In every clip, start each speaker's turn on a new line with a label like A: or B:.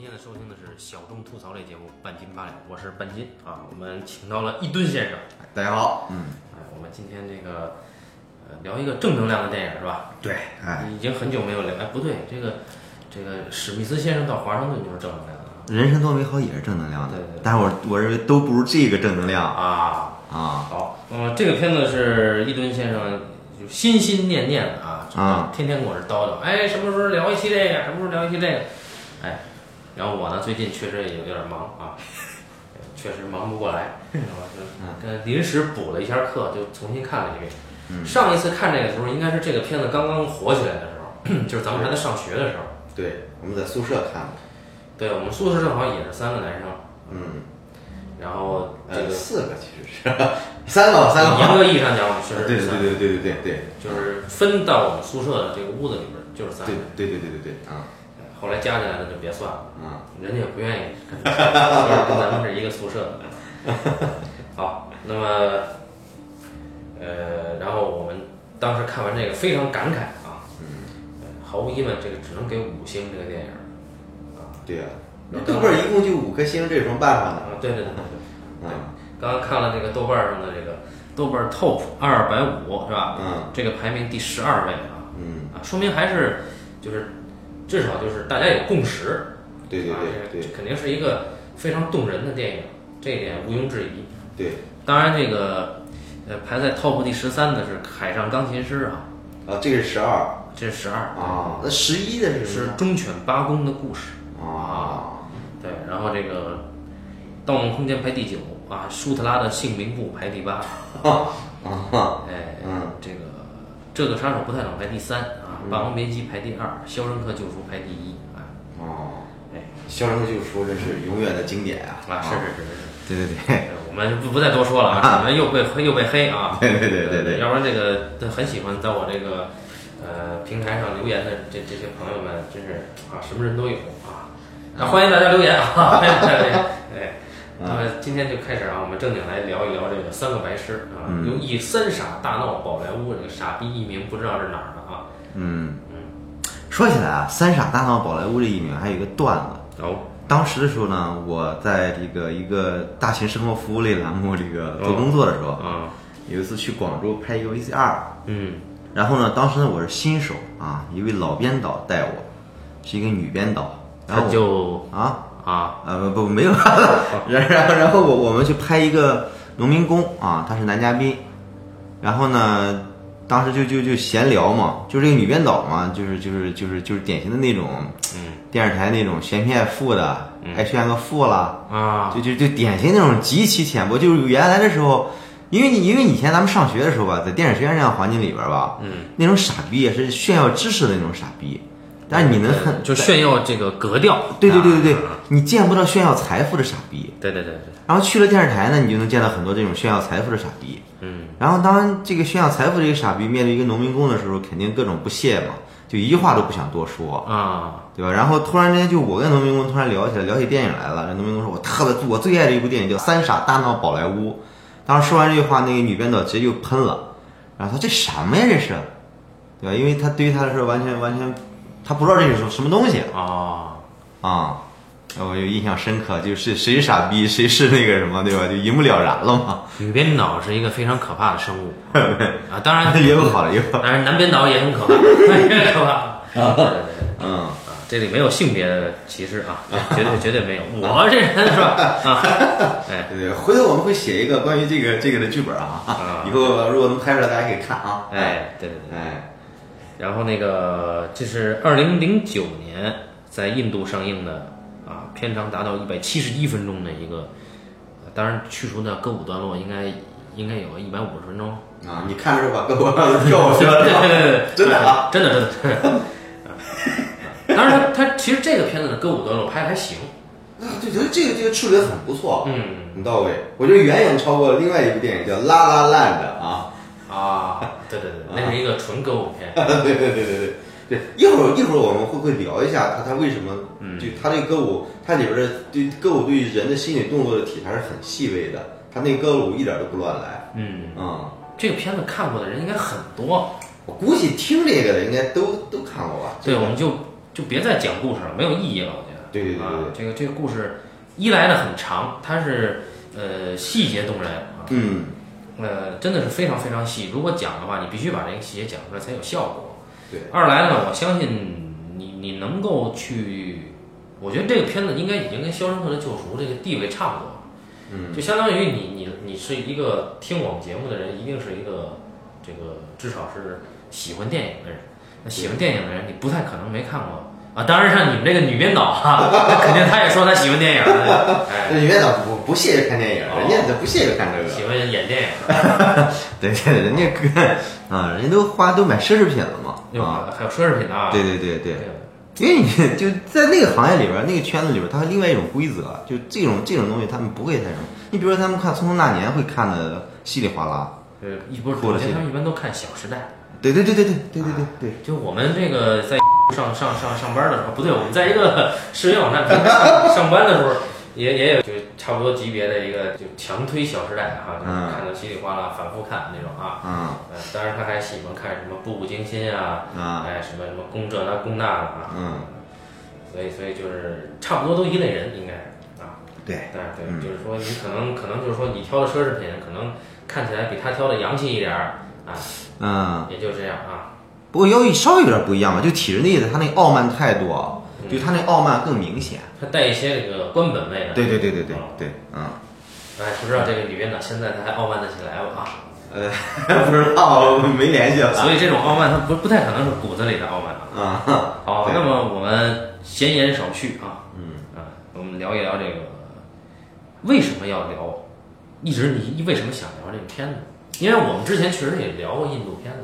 A: 现在收听的是小众吐槽类节目《半斤八两》，我是半斤啊。我们请到了一吨先生，
B: 大家好，嗯，
A: 哎，我们今天这个呃聊一个正能量的电影是吧？
B: 对，哎，
A: 已经很久没有聊，哎，不对，这个这个史密斯先生到华盛顿就是正能量的
B: 人生多美好也是正能量的
A: 对对对，
B: 但是我我认为都不如这个正能量
A: 啊。
B: 啊，
A: 好，那么这个片子是一吨先生就心心念念的啊，
B: 啊
A: 天天跟我这叨叨，哎，什么时候聊一期这个，什么时候聊一期这个，哎，然后我呢最近确实也有点忙啊， 确实忙不过来，
B: 嗯
A: 然后就跟临时补了一下课，就重新看了一遍。
B: 嗯
A: 上一次看这个时候，应该是这个片子刚刚火起来的时
B: 嗯
A: 候，就是咱们还在上学的时候。
B: 对，我们在宿舍看的，
A: 对我们宿舍正好也是三个男生，
B: 嗯，
A: 然后这个
B: 四个其实是三个，呃三个，
A: 严格意义上讲，我们确实
B: 对
A: 是
B: 对
A: 三个
B: 对对对对对对
A: 就是分到我们宿舍的这个屋子里边儿，就是三个
B: 对。对对对对对，啊
A: 后来加进来的就别算了，
B: 啊，
A: 人家也不愿意跟 咱们跟咱们是一个宿舍的。好，那么呃，然后我们当时看完这个非常感慨啊，呃毫无疑问，这个只能给五星这个电影儿。
B: 对啊，那豆瓣儿一共就五颗星，这有什么办法呢？
A: 啊，对对对对对，
B: 啊，
A: 刚刚看了这个豆瓣儿上的这个豆瓣儿 Top 二百五是吧？
B: 嗯
A: 这个排名第十二位啊，
B: 嗯，
A: 啊，说明还是就是至少就是大家有共识，
B: 对对
A: 啊
B: 对
A: 这
B: 对
A: 肯定是一个非常动人的电影，这一点毋庸置疑。
B: 对，
A: 当然，这个呃排在 top 第十三的是《海上钢琴师》啊，
B: 啊，这个是十二
A: 这是十二，
B: 啊，那十一的是什
A: 是
B: 么
A: 忠犬八公的故事。
B: 呢？啊，
A: 对，然后这个《盗梦空间》排第九啊，《舒特拉的姓名簿》排第八，
B: 啊，
A: 哎，
B: 嗯
A: 这个《这个杀手不太冷》排第三啊，《霸王别姬》排第二，《肖申克救赎》排第一啊，
B: 哦，
A: 哎
B: 肖申克救赎这是永远的经典啊！
A: 啊，是是是是是。
B: 对对对
A: 哎我们不不再多说了啊，我们又被黑又被黑啊！
B: 对对对对对
A: 要不然这个很喜欢在我这个呃平台上留言的这这些朋友们，真是啊，什么人都有啊！啊，欢迎大家留 言啊！欢迎大家留言哎，
B: 啊
A: 那么今天就开始啊，我们正经来聊一聊这个三个白痴啊，
B: 嗯
A: 又一三傻大闹宝莱坞，这个傻逼艺名不知道是哪儿的啊？
B: 嗯，说起来啊，《三傻大闹宝莱坞》这一名还有一个段子。
A: 哦，
B: 当时的时候呢，我在这个一个大型生活服务类栏目这个做工作的时候，
A: 啊，
B: 有一次去广州拍一个 VCR，
A: 嗯，
B: 然后呢，当时呢我是新手啊，一位老编导带我，是一个女编导，然
A: 他
B: 后我
A: 就
B: 啊，
A: 啊，
B: 啊不不没有， 然然后然后我我们去拍一个农民工啊，他是男嘉宾，然后呢，当时就就就闲聊嘛，就是这个女编导嘛，就是就是就是就是典型的那种
A: 嗯
B: 电视台那种嫌贫爱富的，爱炫个富啦，
A: 啊，
B: 就就就典型那种极其浅薄，就是原来的时候。因为你，因为以前咱们上学的时候吧，在电影学院这样的环境里边吧，
A: 嗯，
B: 那种傻逼也是炫耀知识的那种傻逼，但是你能很
A: 就炫耀这个格调，
B: 对对对对对
A: 啊，
B: 你见不到炫耀财富的傻逼，
A: 对对对对，
B: 然后去了电视台呢，你就能见到很多这种炫耀财富的傻逼。
A: 嗯，
B: 然后当这个炫耀财富这个傻逼面对一个农民工的时候，肯定各种不屑嘛，就一句话都不想多说，
A: 啊，
B: 对吧？然后突然之间就我跟农民工突然聊起来，聊起电影来了。这农民工说：“我特别我最爱的一部电影叫《三傻大闹宝莱坞》。”当时说完这句话，那个女编导直接就喷了，然后她说这什么呀这是，对吧？因为她对于她来说完全完全，她不知道这是什么什么东西
A: 哦，
B: 啊。我就印象深刻，就是谁是傻逼，谁是那个什么，对吧？就一目了然了嘛。
A: 女编导是一个非常可怕的生物啊，当然
B: 也有好的，也有好的
A: 当然男编导也很可怕，也 可怕啊，对对对
B: 嗯，
A: 啊，这里没有性别歧视 啊，绝对绝对没有，我这人是吧？ 啊，哎，
B: 对对，回头我们会写一个关于这个这个的剧本啊
A: 啊，
B: 以后如果能拍出来，大家可以看啊。
A: 哎，对对对，
B: 哎，
A: 然后那个这是二零零九年在印度上映的啊，片长达到一百七十一分钟的一个，呃当然去除掉歌舞段落，应该应该有一百五十分钟。
B: 啊，你看的时 候把胳膊跳过 去
A: 对对对 对，
B: 了，真的啊。
A: 真的真的。真的 啊当然他，他其实这个片子的歌舞段落拍得还行，
B: 啊就觉得这个这个处理的很不错，
A: 嗯
B: 很到位。我觉得远远超过另外一部电影叫《拉拉烂的》啊。
A: 啊，对对对，那是一个纯歌舞 片，
B: 对对对对对对，一会儿一会儿我们会会聊一下他他为什么，就他这个歌舞，它里边的对歌舞对人的心理动作的体察是很细微的，他那歌舞一点都不乱来，
A: 嗯，
B: 嗯。
A: 这个片子看过的人应该很多，
B: 我估计听这个的应该都都看过吧？
A: 对，我们就就别再讲故事了，没有意义了，我觉得。
B: 对对对对
A: 啊这
B: 对，，
A: 个这个故事一来呢很长，它是呃细节动人啊，
B: 嗯，
A: 呃真的是非常非常细。如果讲的话，你必须把这个细节讲出来才有效果。
B: 对，
A: 二来呢，我相信你你能够去，我觉得这个片子应该已经跟《肖申克的救赎》这个地位差不多了。
B: 嗯
A: 就相当于你你你是一个听我们节目的人，一定是一个这个至少是喜欢电影的人。那喜欢电影的人，你不太可能没看过啊。当然，像你们这个女编导 哈，那肯定她也说她喜欢电影，哎，
B: 那院长不不屑于看电影，
A: 哦
B: 人家就不屑于看这个。
A: 喜欢演电影。
B: 对对，人家哥啊，人家都花都买奢侈品了嘛
A: 有
B: 啊，
A: 还有奢侈品啊，
B: 对对对对
A: 对，
B: 因为你就在那个行业里边儿，那个圈子里边儿，它另外一种规则，就这种这种东西他们不会太什么。你比如说他们看《匆匆那年》会看的稀里哗啦，
A: 呃，一不是，
B: 或
A: 我
B: 者
A: 觉
B: 是
A: 得他们一般都看《小时代》。
B: 对对对对对对对对对，
A: 就我们这个在上上上上班的时候，不对，我们在一个 视频网站平台 上上班的时候，也也有就差不多级别的一个就强推《小时代》哈，
B: 嗯
A: 就是看的稀里哗啦，反复看那种啊。
B: 啊
A: 呃，当然他还喜欢看什么《步步惊心》啊，
B: 啊
A: 哎，什么什么宫这那宫那的啊，
B: 嗯，
A: 所以所以就是差不多都一类人应该是啊。
B: 对，
A: 哎，对，
B: 嗯
A: 就是说你可能可能就是说你挑的奢侈品，可能看起来比他挑的洋气一点儿啊，
B: 嗯，
A: 也就这样啊。
B: 不过要稍微有点不一样吧，就体制内的他那傲慢态度啊，
A: 嗯
B: 就他那傲慢更明显。
A: 他带一些这个官本位的。
B: 对对对对对
A: 嗯
B: 对，嗯，
A: 哎，不知道这个女编导现在她还傲慢得起来吗？啊，
B: 呃， 不知道，没联系了
A: 所以这种傲慢，她不不太可能是骨子里的傲慢啊。
B: 啊。
A: 好，
B: 对
A: 那么我们闲言少叙啊，
B: 嗯
A: 啊，我们聊一聊这个为什么要聊，一直你为什么想聊这个片子？因为我们之前确实也聊过印度片子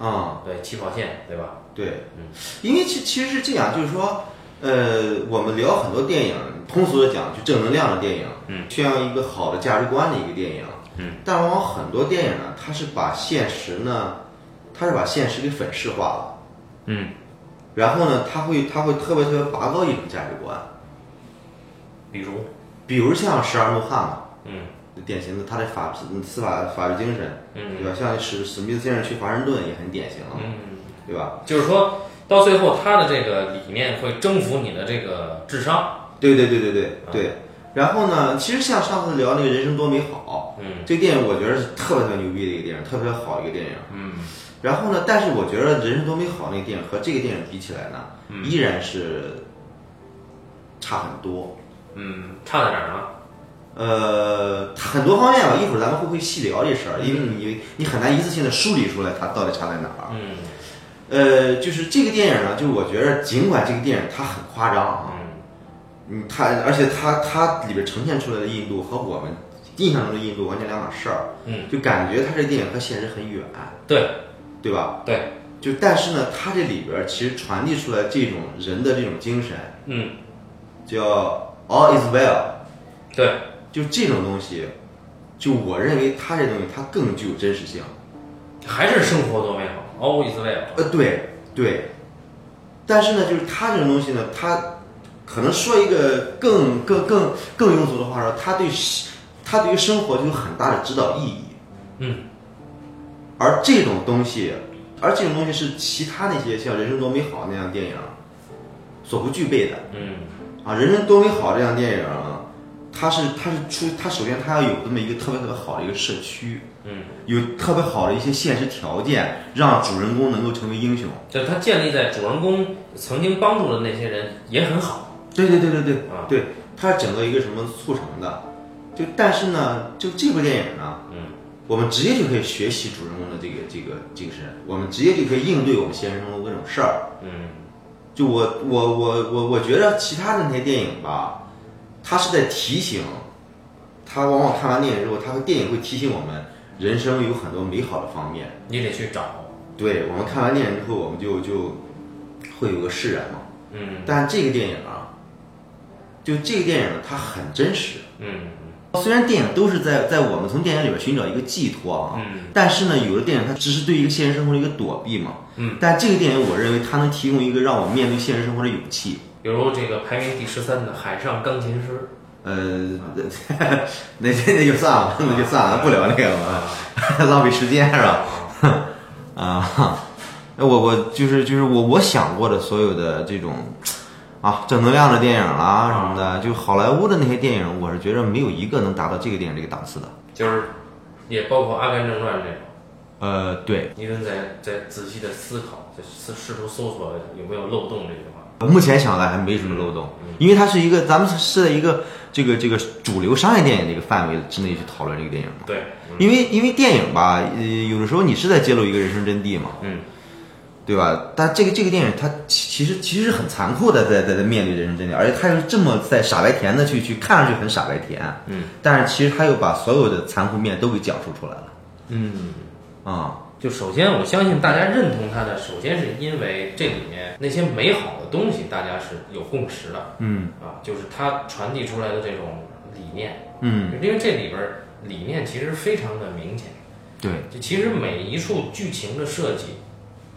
A: 啊，
B: 啊。
A: 对，起跑线，对吧？
B: 对，
A: 嗯
B: 因为其其实是这样，就是说，呃，我们聊很多电影，通俗的讲，就正能量的电影，
A: 嗯，
B: 宣扬一个好的价值观的一个电影，
A: 嗯，
B: 但往往很多电影呢，它是把现实呢，它是把现实给粉饰化了，
A: 嗯，
B: 然后呢，它会它会特别特别拔高一种价值观，
A: 比如，
B: 比如像《十二怒汉》嘛，
A: 嗯
B: 典型的他的法嗯司法法律精神，对
A: 嗯
B: 吧？像史史密斯先生去华盛顿也很典型，
A: 嗯，
B: 对吧？
A: 就是说到最后，他的这个理念会征服你的这个智商。
B: 对对对对对对。然后呢，其实像上次聊那个人生多美好，
A: 嗯
B: 这个电影我觉得是特别特别牛逼的一个电影，特别好一个电影。
A: 嗯
B: 然后呢，但是我觉得人生多美好那个电影和这个电影比起来呢，依然是差很多。
A: 嗯，差在哪儿呢？
B: 呃，很多方面吧，一会儿咱们会不会细聊这事儿？因为你你很难一次性的梳理出来它到底差在哪儿。
A: 嗯
B: 呃，就是这个电影呢，就我觉得尽管这个电影它很夸张啊，
A: 嗯。
B: 嗯，它而且它它里边呈现出来的印度和我们印象中的印度完全两码事儿，
A: 嗯，
B: 就感觉它这电影和现实很远，
A: 对
B: 对吧？
A: 对，
B: 就但是呢，它这里边其实传递出来这种人的这种精神，
A: 嗯，
B: 叫 all is well，
A: 对，
B: 就这种东西，就我认为它这东西它更具有真实性。
A: 还是生活多美好，always well。
B: 呃，对对，但是呢，就是他这种东西呢，他可能说一个更更更更庸俗的话说，他对西他对于生活就有很大的指导意义，
A: 嗯
B: 而这种东西，而这种东西是其他那些像《人生多美好》那样的电影所不具备的
A: 嗯
B: 啊，《人生多美好》这样的电影。啊它是，它是出，它首先它要有这么一个特别特别好的一个社区，
A: 嗯，
B: 有特别好的一些现实条件，让主人公能够成为英雄。
A: 就是它建立在主人公曾经帮助的那些人也很好。
B: 对对对对对
A: 啊
B: 对，它是整个一个什么促成的，就但是呢，就这部电影呢，
A: 嗯
B: 我们直接就可以学习主人公的这个这个精神，我们直接就可以应对我们现实中的各种事儿。
A: 嗯
B: 就我我我我我觉得其他的那些电影吧，它是在提醒，它往往看完电影之后，它会电影会提醒我们，人生有很多美好的方面。
A: 你得去找。
B: 对我们看完电影之后，我们就就会有个释然嘛。
A: 嗯
B: 但这个电影啊，就这个电影它很真实。
A: 嗯
B: 虽然电影都是在在我们从电影里边寻找一个寄托啊，
A: 嗯
B: 但是呢，有的电影它只是对一个现实生活的一个躲避嘛，
A: 嗯。
B: 但这个电影我认为它能提供一个让我面对现实生活的勇气。
A: 比如这个排名第十三的《海上钢琴师
B: 呃， 那那那就算了，那就算了，不聊那个了， 浪费时间是》吧？
A: 啊，
B: 啊，我我就是就是我我想过的所有的这种，啊正能量的电影啦什么的，就好莱坞的那些电影，我是觉着没有一个能达到这个电影这个档次的。
A: 就是也包括《阿甘正传》这种，
B: 呃，对，
A: 你正在在仔细的思考，在试试图搜索有没有漏洞这句话。
B: 我目前想来还没什么漏洞，因为它是一个咱们是在一个这个这个主流商业电影的一个范围之内去讨论这个电影嘛。
A: 对，嗯
B: 因为因为电影吧，呃，有的时候你是在揭露一个人生真谛嘛，
A: 嗯，
B: 对吧？但这个这个电影它其其实其实很残酷的在在在面对人生真谛，而且它又是这么在傻白甜的去去看上去很傻白甜，
A: 嗯，
B: 但是其实它又把所有的残酷面都给讲述出来了，
A: 嗯，
B: 啊、
A: 就首先我相信大家认同它的，首先是因为这里面那些美好的东西大家是有共识的，
B: 嗯
A: 啊，就是它传递出来的这种理念，
B: 嗯，
A: 因为这里边儿理念其实非常的明显。
B: 对，
A: 就其实每一处剧情的设计，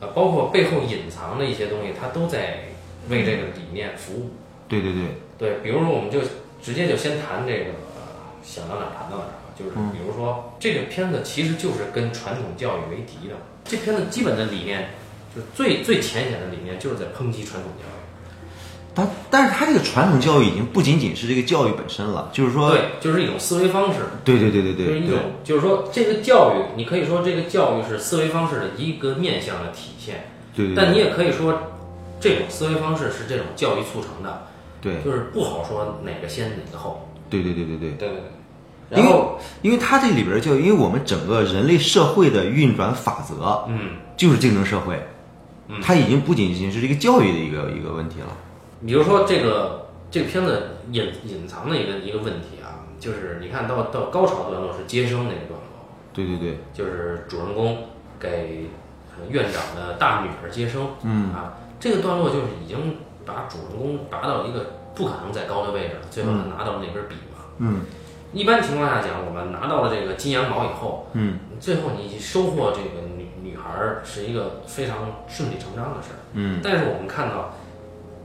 A: 呃，包括背后隐藏的一些东西，它都在为这个理念服务。
B: 对对对，
A: 对，比如说我们就直接就先谈这个，呃想到哪儿谈到哪儿吧。就是
B: 嗯
A: 比如说、这个片子其实就是跟传统教育为敌的。这片子基本的理念，就是最最浅显的理念，就是在抨击传统教育。
B: 但但是它这个传统教育已经不仅仅是这个教育本身了，就是说，
A: 对，就是一种思维方式，
B: 对对对对
A: 就是
B: 对
A: 一种
B: 对，，
A: 就是说这个教育，你可以说这个教育是思维方式的一个面向的体现。
B: 对对，
A: 但你
B: 对
A: 也可以说，这种思维方式是这种教育促成的，
B: 对
A: 就是不好说哪个先哪个后。
B: 对对对对对。
A: 对对对。
B: 因
A: 然
B: 为
A: 后，
B: 因为它这里边儿就因为我们整个人类社会的运转法则
A: 嗯，
B: 就是竞争社会
A: 嗯，
B: 它已经不仅仅是这个教育的一个一个问题了。
A: 比如说这个这个片子隐隐藏的一个一个问题啊，就是你看到到高潮段落是接生那个段落，
B: 对对对，
A: 就是主人公给呃院长的大女儿接生，
B: 嗯
A: 啊，这个段落就是已经把主人公拔到一个不可能再高的位置了，最后他拿到了那根笔嘛。
B: 嗯
A: 一般情况下讲，我们拿到了这个金羊毛以后，
B: 嗯
A: 最后你收获这个女女孩儿是一个非常顺理成章的事儿。
B: 嗯，
A: 但是我们看到，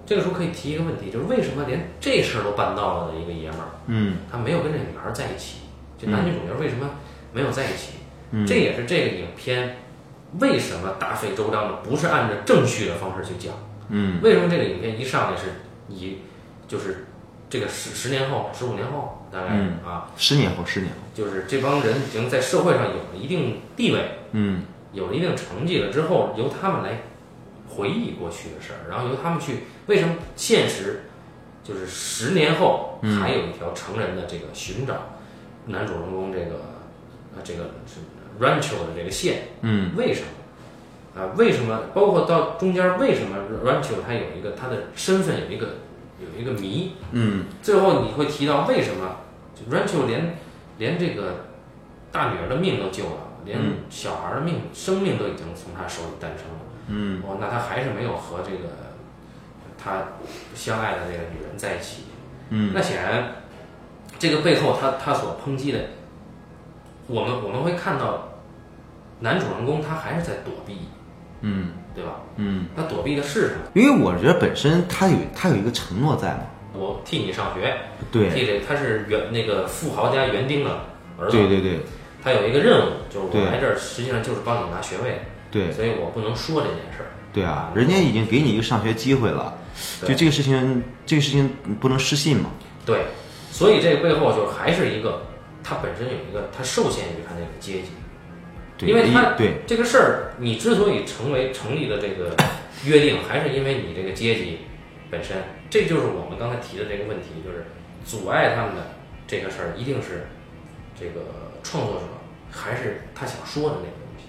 A: 这个时候可以提一个问题，就是为什么连这事儿都办到了的一个爷们儿，
B: 嗯
A: 他没有跟这女孩儿在一起？就男女主角为什么没有在一起？
B: 嗯
A: 这也是这个影片为什么大费周章的不是按照正序的方式去讲？
B: 嗯
A: 为什么这个影片一上来是以就是这个十十年后、十五年后大概、
B: 嗯
A: 啊，
B: 十年后，十年后，
A: 就是这帮人已经在社会上有了一定地位。
B: 嗯
A: 有了一定成绩了之后，由他们来回忆过去的事儿，然后由他们去为什么现实就是十年后还有一条成人的这个寻找男主人公这个呃这个是 Rancho 的这个线，
B: 嗯
A: 为什么？啊，为什么？包括到中间为什么 Rancho 他有一个他的身份有一个有一个谜，
B: 嗯
A: 最后你会提到为什么就 Rancho 连连这个大女儿的命都救了，连
B: 嗯
A: 小孩儿的命、生命都已经从他手里诞生了。
B: 嗯
A: 哦，那他还是没有和这个他相爱的这个女人在一起。
B: 嗯
A: 那显然，这个背后他他所抨击的，我们我们会看到男主人公他还是在躲避，
B: 嗯
A: 对吧？
B: 嗯，
A: 他躲避的是什么？
B: 因为我觉得本身它有它有一个承诺在嘛。
A: 我替你上学，
B: 对
A: 替这他是园那个富豪家园丁的儿子，
B: 对对对
A: 他有一个任务，就是
B: 对
A: 我来这儿实际上就是帮你拿学位，
B: 对
A: 所以我不能说这件事儿。
B: 对啊，人家已经给你一个上学机会了，就这个事情，这个事情不能失信嘛。
A: 对，所以这个背后就是还是一个，他本身有一个，他受限于他那个阶级，
B: 对，
A: 因为他
B: 对
A: 这个事儿，你之所以成为成立的这个约定，还是因为你这个阶级本身，这就是我们刚才提的这个问题，就是阻碍他们的这个事儿，一定是这个创作者还是他想说的那个东西。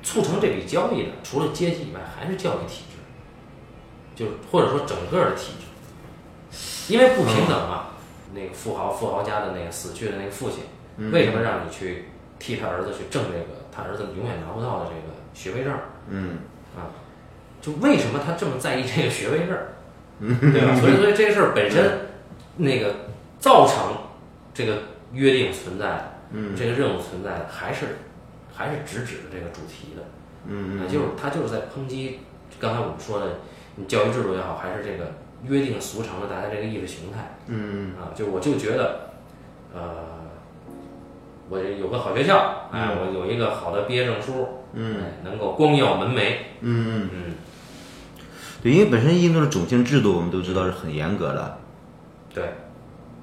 A: 促成这笔交易的，除了阶级以外，还是教育体制，就是或者说整个的体制，因为不平等嘛。那个富豪富豪家的那个死去的那个父亲，为什么让你去替他儿子去挣这个他儿子永远拿不到的这个学位证儿
B: 嗯
A: 啊？就为什么他这么在意这个学位证儿，
B: 嗯
A: 对吧？所以所以这个事儿本身，那个造成这个约定存在的，
B: 嗯
A: 这个任务存在的，还是还是直指的这个主题的，
B: 嗯
A: 那
B: 嗯
A: 就是他就是在抨击刚才我们说的，你教育制度也好，还是这个约定俗成的大家这个意识形态。
B: 嗯
A: 啊，就我就觉得，呃，我有个好学校，哎，我有一个好的毕业证书，
B: 嗯
A: 哎，能够光耀门楣，
B: 嗯。
A: 嗯，
B: 对，因为本身印度的种姓制度我们都知道是很严格的，
A: 对，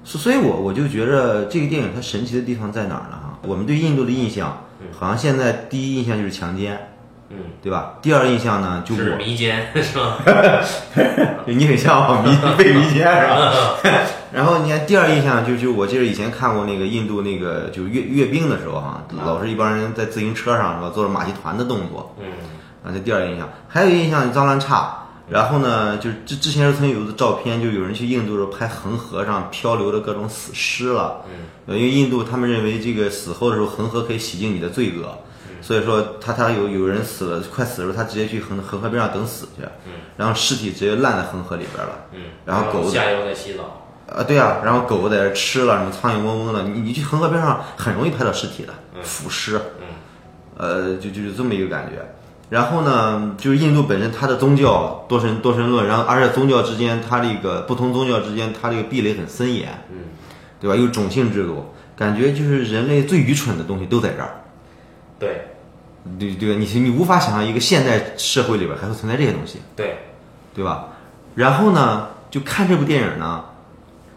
B: 所所以我我就觉着这个电影它神奇的地方在哪儿呢？哈，我们对印度的印象，好像现在第一印象就是强奸，
A: 嗯，
B: 对吧？第二印象呢，就是我，
A: 迷奸 是吧？
B: 你很像我迷被迷奸是吧？ 然后你看第二印象就就我记得以前看过那个印度那个就是阅阅兵的时候哈、老是一帮人在自行车上是吧，做着马戏团的动作，
A: 嗯，
B: 啊，这第二印象，还有一个印象脏乱差。然后呢，就是之之前曾有的照片，就有人去印度的时候拍恒河上漂流的各种死尸了。
A: 嗯，
B: 呃因为印度他们认为这个死后的时候，恒河可以洗净你的罪恶，所以说他他有有人死了快死的时候，他直接去恒恒河边上等死去，然后尸体直接烂在恒河里边了。
A: 嗯，
B: 然后狗
A: 下游在洗澡，
B: 啊，对啊，然后狗在这吃了，什么苍蝇嗡嗡的，你你去恒河边上很容易拍到尸体的腐尸，
A: 嗯
B: 呃，就就是这么一个感觉。然后呢，就是印度本身它的宗教多神多神论，然后而且宗教之间它这个不同宗教之间它这个壁垒很森严，
A: 嗯，
B: 对吧？有种姓制度，感觉就是人类最愚蠢的东西都在这儿。
A: 对
B: 对对吧，你你无法想象一个现代社会里边还会存在这些东西，
A: 对，
B: 对吧？然后呢，就看这部电影呢，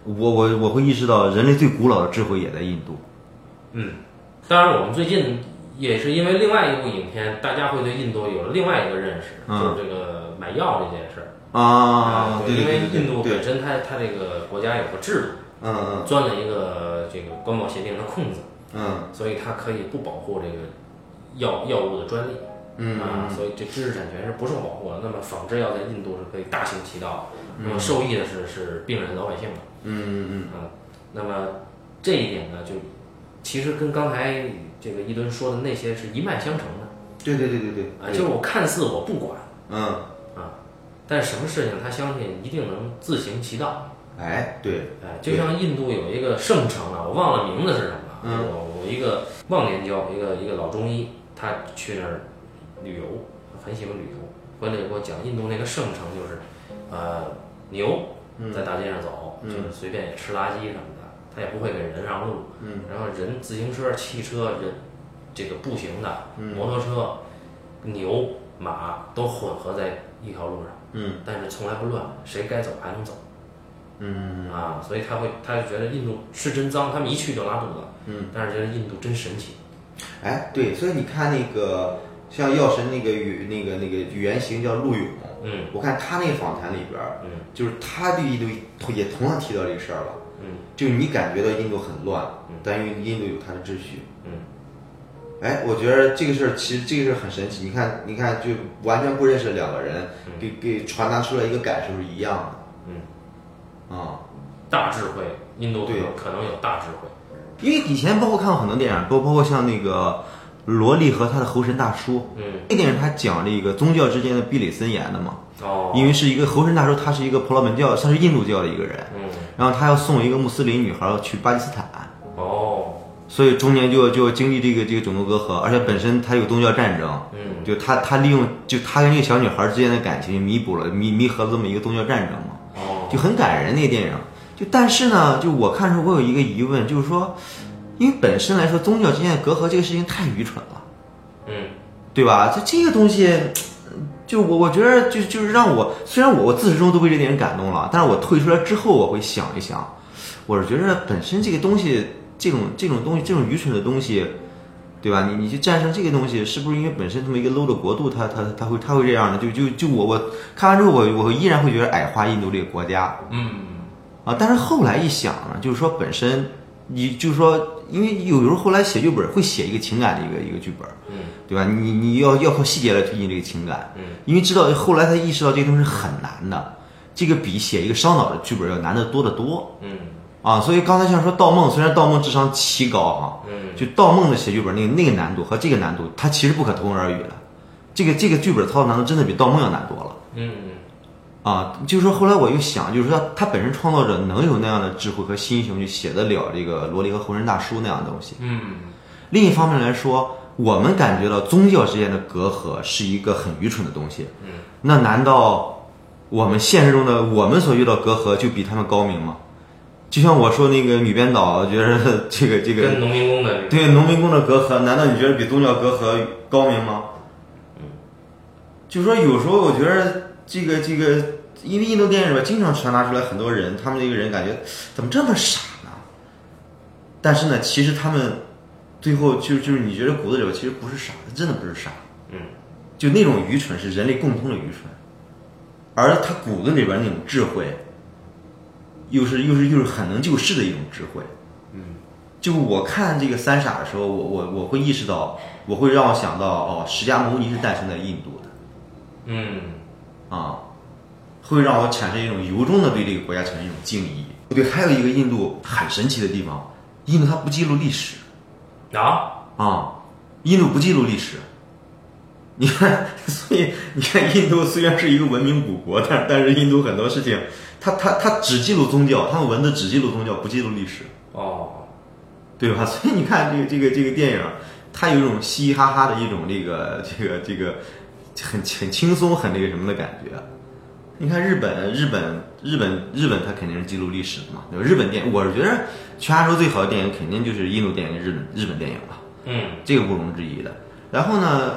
B: 我我我会意识到人类最古老的智慧也在印度。
A: 嗯，当然我们最近也是因为另外一部影片，大家会对印度有了另外一个认识，
B: 嗯
A: 就是这个买药这件事儿
B: 啊，对
A: 因
B: 对
A: 为
B: 对对
A: 印度
B: 对
A: 本，身它它这个国家有个制
B: 嗯
A: 度，
B: 嗯
A: 钻了一个这个关贸协定的空子，
B: 嗯
A: 所以它可以不保护这个药药物的专利。
B: 嗯
A: 啊，所以这知识产权是不受保护的。那么仿制药在印度是可以大行其道，那么受益的是是病人老百姓的
B: 嗯嗯嗯
A: 啊。那么这一点呢，就其实跟刚才这个一吨说的那些是一脉相承的
B: 嗯，对对对对对，
A: 啊，就是我看似我不管
B: 嗯，
A: 啊，但是什么事情他相信一定能自行其道。
B: 哎，对，
A: 哎，就像印度有一个圣城啊，我忘了名字是什么了。
B: 嗯
A: 我我一个忘年交，一个一个老中医，他去那儿旅游，很喜欢旅游。回来就给我讲，印度那个圣城就是，呃，牛
B: 嗯
A: 在大街上走，就是随便也吃垃圾什么的，他也不会给人让路。
B: 嗯，
A: 然后人、自行车、汽车、人这个步行的、
B: 嗯
A: 摩托车、牛、马都混合在一条路上，
B: 嗯
A: 但是从来不乱，谁该走还能走。
B: 嗯
A: 啊，所以他会，他就觉得印度是真脏，他们一去就拉肚子。
B: 嗯，
A: 但是觉得印度真神奇。
B: 哎，对，所以你看那个像药神那个语那个那个原型叫陆勇，
A: 嗯
B: 我看他那个访谈里边儿，
A: 嗯
B: 就是他对印度也同样提到这个事儿了，
A: 嗯
B: 就是你感觉到印度很乱
A: 嗯，
B: 但因为印度有它的秩序。
A: 嗯，
B: 哎，我觉得这个事儿其实这个事儿很神奇，你看，你看，就完全不认识的两个人，给给传达出来一个感受是一样
A: 嗯，
B: 的啊、
A: 大智慧，印度可
B: 对
A: 能可能有大智慧。
B: 因为以前包括看过很多电影，包包括像那个萝莉和她的猴神大叔，
A: 嗯
B: 那电影它讲这个宗教之间的壁垒森严的嘛，
A: 哦，
B: 因为是一个猴神大叔，他是一个婆罗门教，他是印度教的一个人，
A: 嗯
B: 然后他要送一个穆斯林女孩去巴基斯坦，
A: 哦
B: 所以中间就就经历这个这个种族隔阂，而且本身他有宗教战争，
A: 嗯
B: 就他他利用就他跟这个小女孩之间的感情弥补了弥弥合了这么一个宗教战争嘛，
A: 哦
B: 就很感人那个电影。就但是呢，就我看的时候，我有一个疑问，就是说，因为本身来说，宗教之间的隔阂这个事情太愚蠢了，
A: 嗯
B: 对吧？就这个东西，就我我觉得就就是让我虽然我我自始至终都被这电影感动了，但是我退出来之后，我会想一想，我是觉得本身这个东西，这种这种东西，这种愚蠢的东西。对吧？你你去战胜这个东西，是不是因为本身这么一个 low 的国度，它它它会它会这样的？就就就我我看完之后，我我依然会觉得矮化印度这个国家。
A: 嗯
B: 啊，但是后来一想呢，就是说本身，你就是说，因为有时候后来写剧本会写一个情感的一个一个剧本，
A: 嗯
B: 对吧？你你要要靠细节来推进这个情感，
A: 嗯，
B: 因为知道后来他意识到这个东西是很难的，这个比写一个烧脑的剧本要难得多得多
A: 嗯
B: 啊。所以刚才像说《盗梦》，虽然《盗梦》智商奇高啊，
A: 嗯
B: 就《盗梦》的写剧本那个那个难度和这个难度，它其实不可同日而语的。这个这个剧本操作难度真的比《盗梦》要难多了。
A: 嗯
B: 啊，就是说后来我又想，就是说他本身创作者能有那样的智慧和心胸去写得了这个萝莉和红人大叔那样的东西。
A: 嗯
B: 另一方面来说，我们感觉到宗教之间的隔阂是一个很愚蠢的东西。
A: 嗯，
B: 那难道我们现实中的我们所遇到隔阂就比他们高明吗？就像我说那个女编导觉得这个这个
A: 跟农民工的这个
B: 对农民工的隔阂，难道你觉得比宗教隔阂高明吗？就是说有时候我觉得这个这个，因为印度电影里边经常传达出来很多人，他们这个人感觉怎么这么傻呢？但是呢，其实他们最后就就是你觉得骨子里边其实不是傻，他真的不是傻，
A: 嗯，
B: 就那种愚蠢是人类共通的愚蠢，而他骨子里边那种智慧，又是又是又是很能救世的一种智慧，
A: 嗯，
B: 就我看这个三傻的时候，我我我会意识到，我会让我想到哦，释迦牟尼是诞生在印度的。
A: 嗯
B: 啊，会让我产生一种由衷的对这个国家产生一种敬意。对，还有一个印度很神奇的地方，印度它不记录历史
A: 啊，
B: 啊，印度不记录历史。你看， 所以你看，印度虽然是一个文明古国，但但是印度很多事情，它它它只记录宗教，他们文字只记录宗教，不记录历史，
A: 哦，
B: 对吧？ 所以你看这个这个这个电影，它有一种嘻嘻哈哈的一种这个这个这个很很轻松很那个什么的感觉。你看日本，日本，日本，日本，它肯定是记录历史的嘛，对吧？日本电，我是觉得全亚洲最好的电影肯定就是印度电影、跟日本日本电影了，
A: 嗯，
B: 这个毋庸置疑的。然后呢，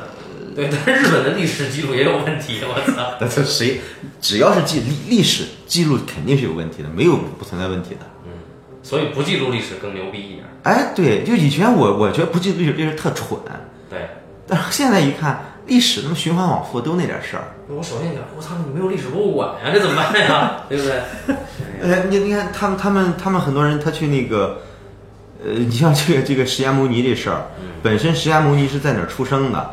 A: 对，但是日本的历史记录也有问题，我操，
B: 但是谁只要是记历历史记录，肯定是有问题的，没有不存在问题的。
A: 所以不记录历史更牛逼一点。
B: 哎，对，就以前我我觉得不记录历史这是特蠢，
A: 对，
B: 但是现在一看历史，那么循环往复都那点事儿。
A: 我首先想，我操，你没有历史博物馆呀，这怎么办 呀？对不对？
B: 呃，你你看他们他们他们很多人他去那个，呃，你像这个这个释迦牟尼这事儿，本身释迦牟尼是在哪儿出生的，